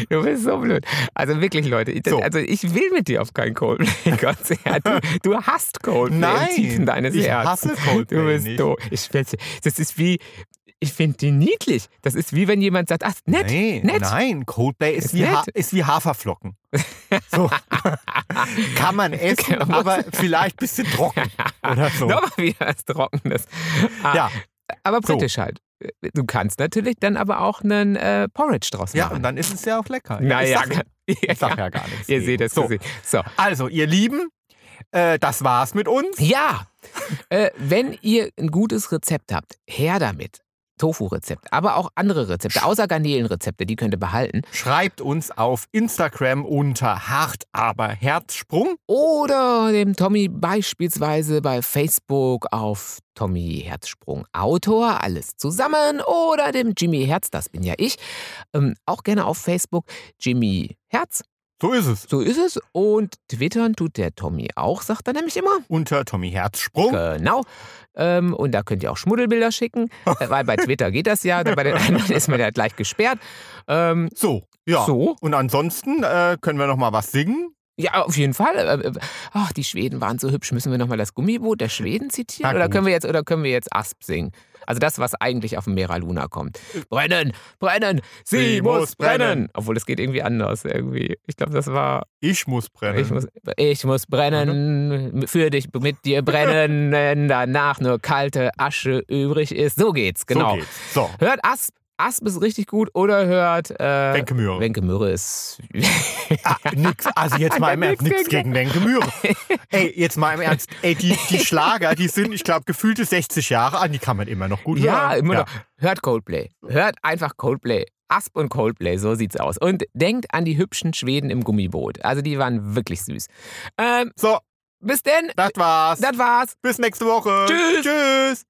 Du bist so blöd. Also wirklich, Leute. Ich, So. Also ich will mit dir auf kein Coldplay-Konzert. Du, du hast Coldplay Nein, im Tiefen deines ich Herzens. hasse Coldplay Du bist nicht. doof. Ich, weiß- das ist wie, ich finde die niedlich. Das ist wie, wenn jemand sagt, ach, nett, Nee, nett. nein, Coldplay ist, Ist wie, nett. ha ist wie Haferflocken. So. Kann man essen, Kann man- aber vielleicht ein bisschen trocken. Oder so. Nochmal wieder was Trockenes. Ah, Ja, Aber So. britisch halt. Du kannst natürlich dann aber auch einen äh, Porridge draus ja, machen. und dann ist es ja auch lecker. ich naja, sag, ja- ich sag ja gar nichts. ihr gegen. seht es. So, So. so. also, ihr Lieben, äh, das war's mit uns. Ja, äh, wenn ihr ein gutes Rezept habt, her damit. Tofu-Rezept, aber auch andere Rezepte, außer Garnelenrezepte, die könnt ihr behalten. Schreibt uns auf Instagram unter Hart aber Herzsprung. Oder dem Tommy beispielsweise bei Facebook auf Tommy Herzsprung Autor, alles zusammen. Oder dem Jimmy Herz, das bin ja ich. Ähm, auch gerne auf Facebook Jimmy Herz. So ist es. So ist es. Und twittern tut der Tommy auch, sagt er nämlich immer. Unter Tommy Herzsprung. Genau. Ähm, und da könnt ihr auch Schmuddelbilder schicken, äh, weil bei Twitter geht das ja, bei den anderen ist man ja gleich gesperrt. Ähm, So, ja. So? Und ansonsten äh, können wir noch mal was singen. Ja, auf jeden Fall. Äh, äh, Ach, die Schweden waren so hübsch. Müssen wir nochmal das Gummiboot der Schweden zitieren? Na Oder Ah, gut. können, wir jetzt, oder können wir jetzt Asp singen? Also das, was eigentlich auf dem Mera Luna kommt. Brennen, brennen, sie, Sie muss muss brennen. brennen. Obwohl, es geht irgendwie anders irgendwie. Ich glaube, das war Ich muss brennen. Mhm. Ich muss, ich muss brennen, für dich, mit dir brennen, wenn danach nur kalte Asche übrig ist. So geht's, genau. So geht's. So, Hört Asp, Asp ist richtig gut oder hört äh, Wenke Möhre. Wenke Möhre ist. Ah, nix. Also jetzt mal im Ja, Ernst, nix nichts gegen Wenke Mühre. Ey, jetzt mal im Ernst. Ey, die, die Schlager, die sind, ich glaube, gefühlte 60 Jahre an, die kann man immer noch gut ja, hören. immer noch. Hört Coldplay. Hört einfach Coldplay. Asp und Coldplay, so sieht's aus. Und denkt an die hübschen Schweden im Gummiboot. Also die waren wirklich süß. Ähm, So, bis denn, das war's. das war's. Bis nächste Woche. Tschüss. Tschüss.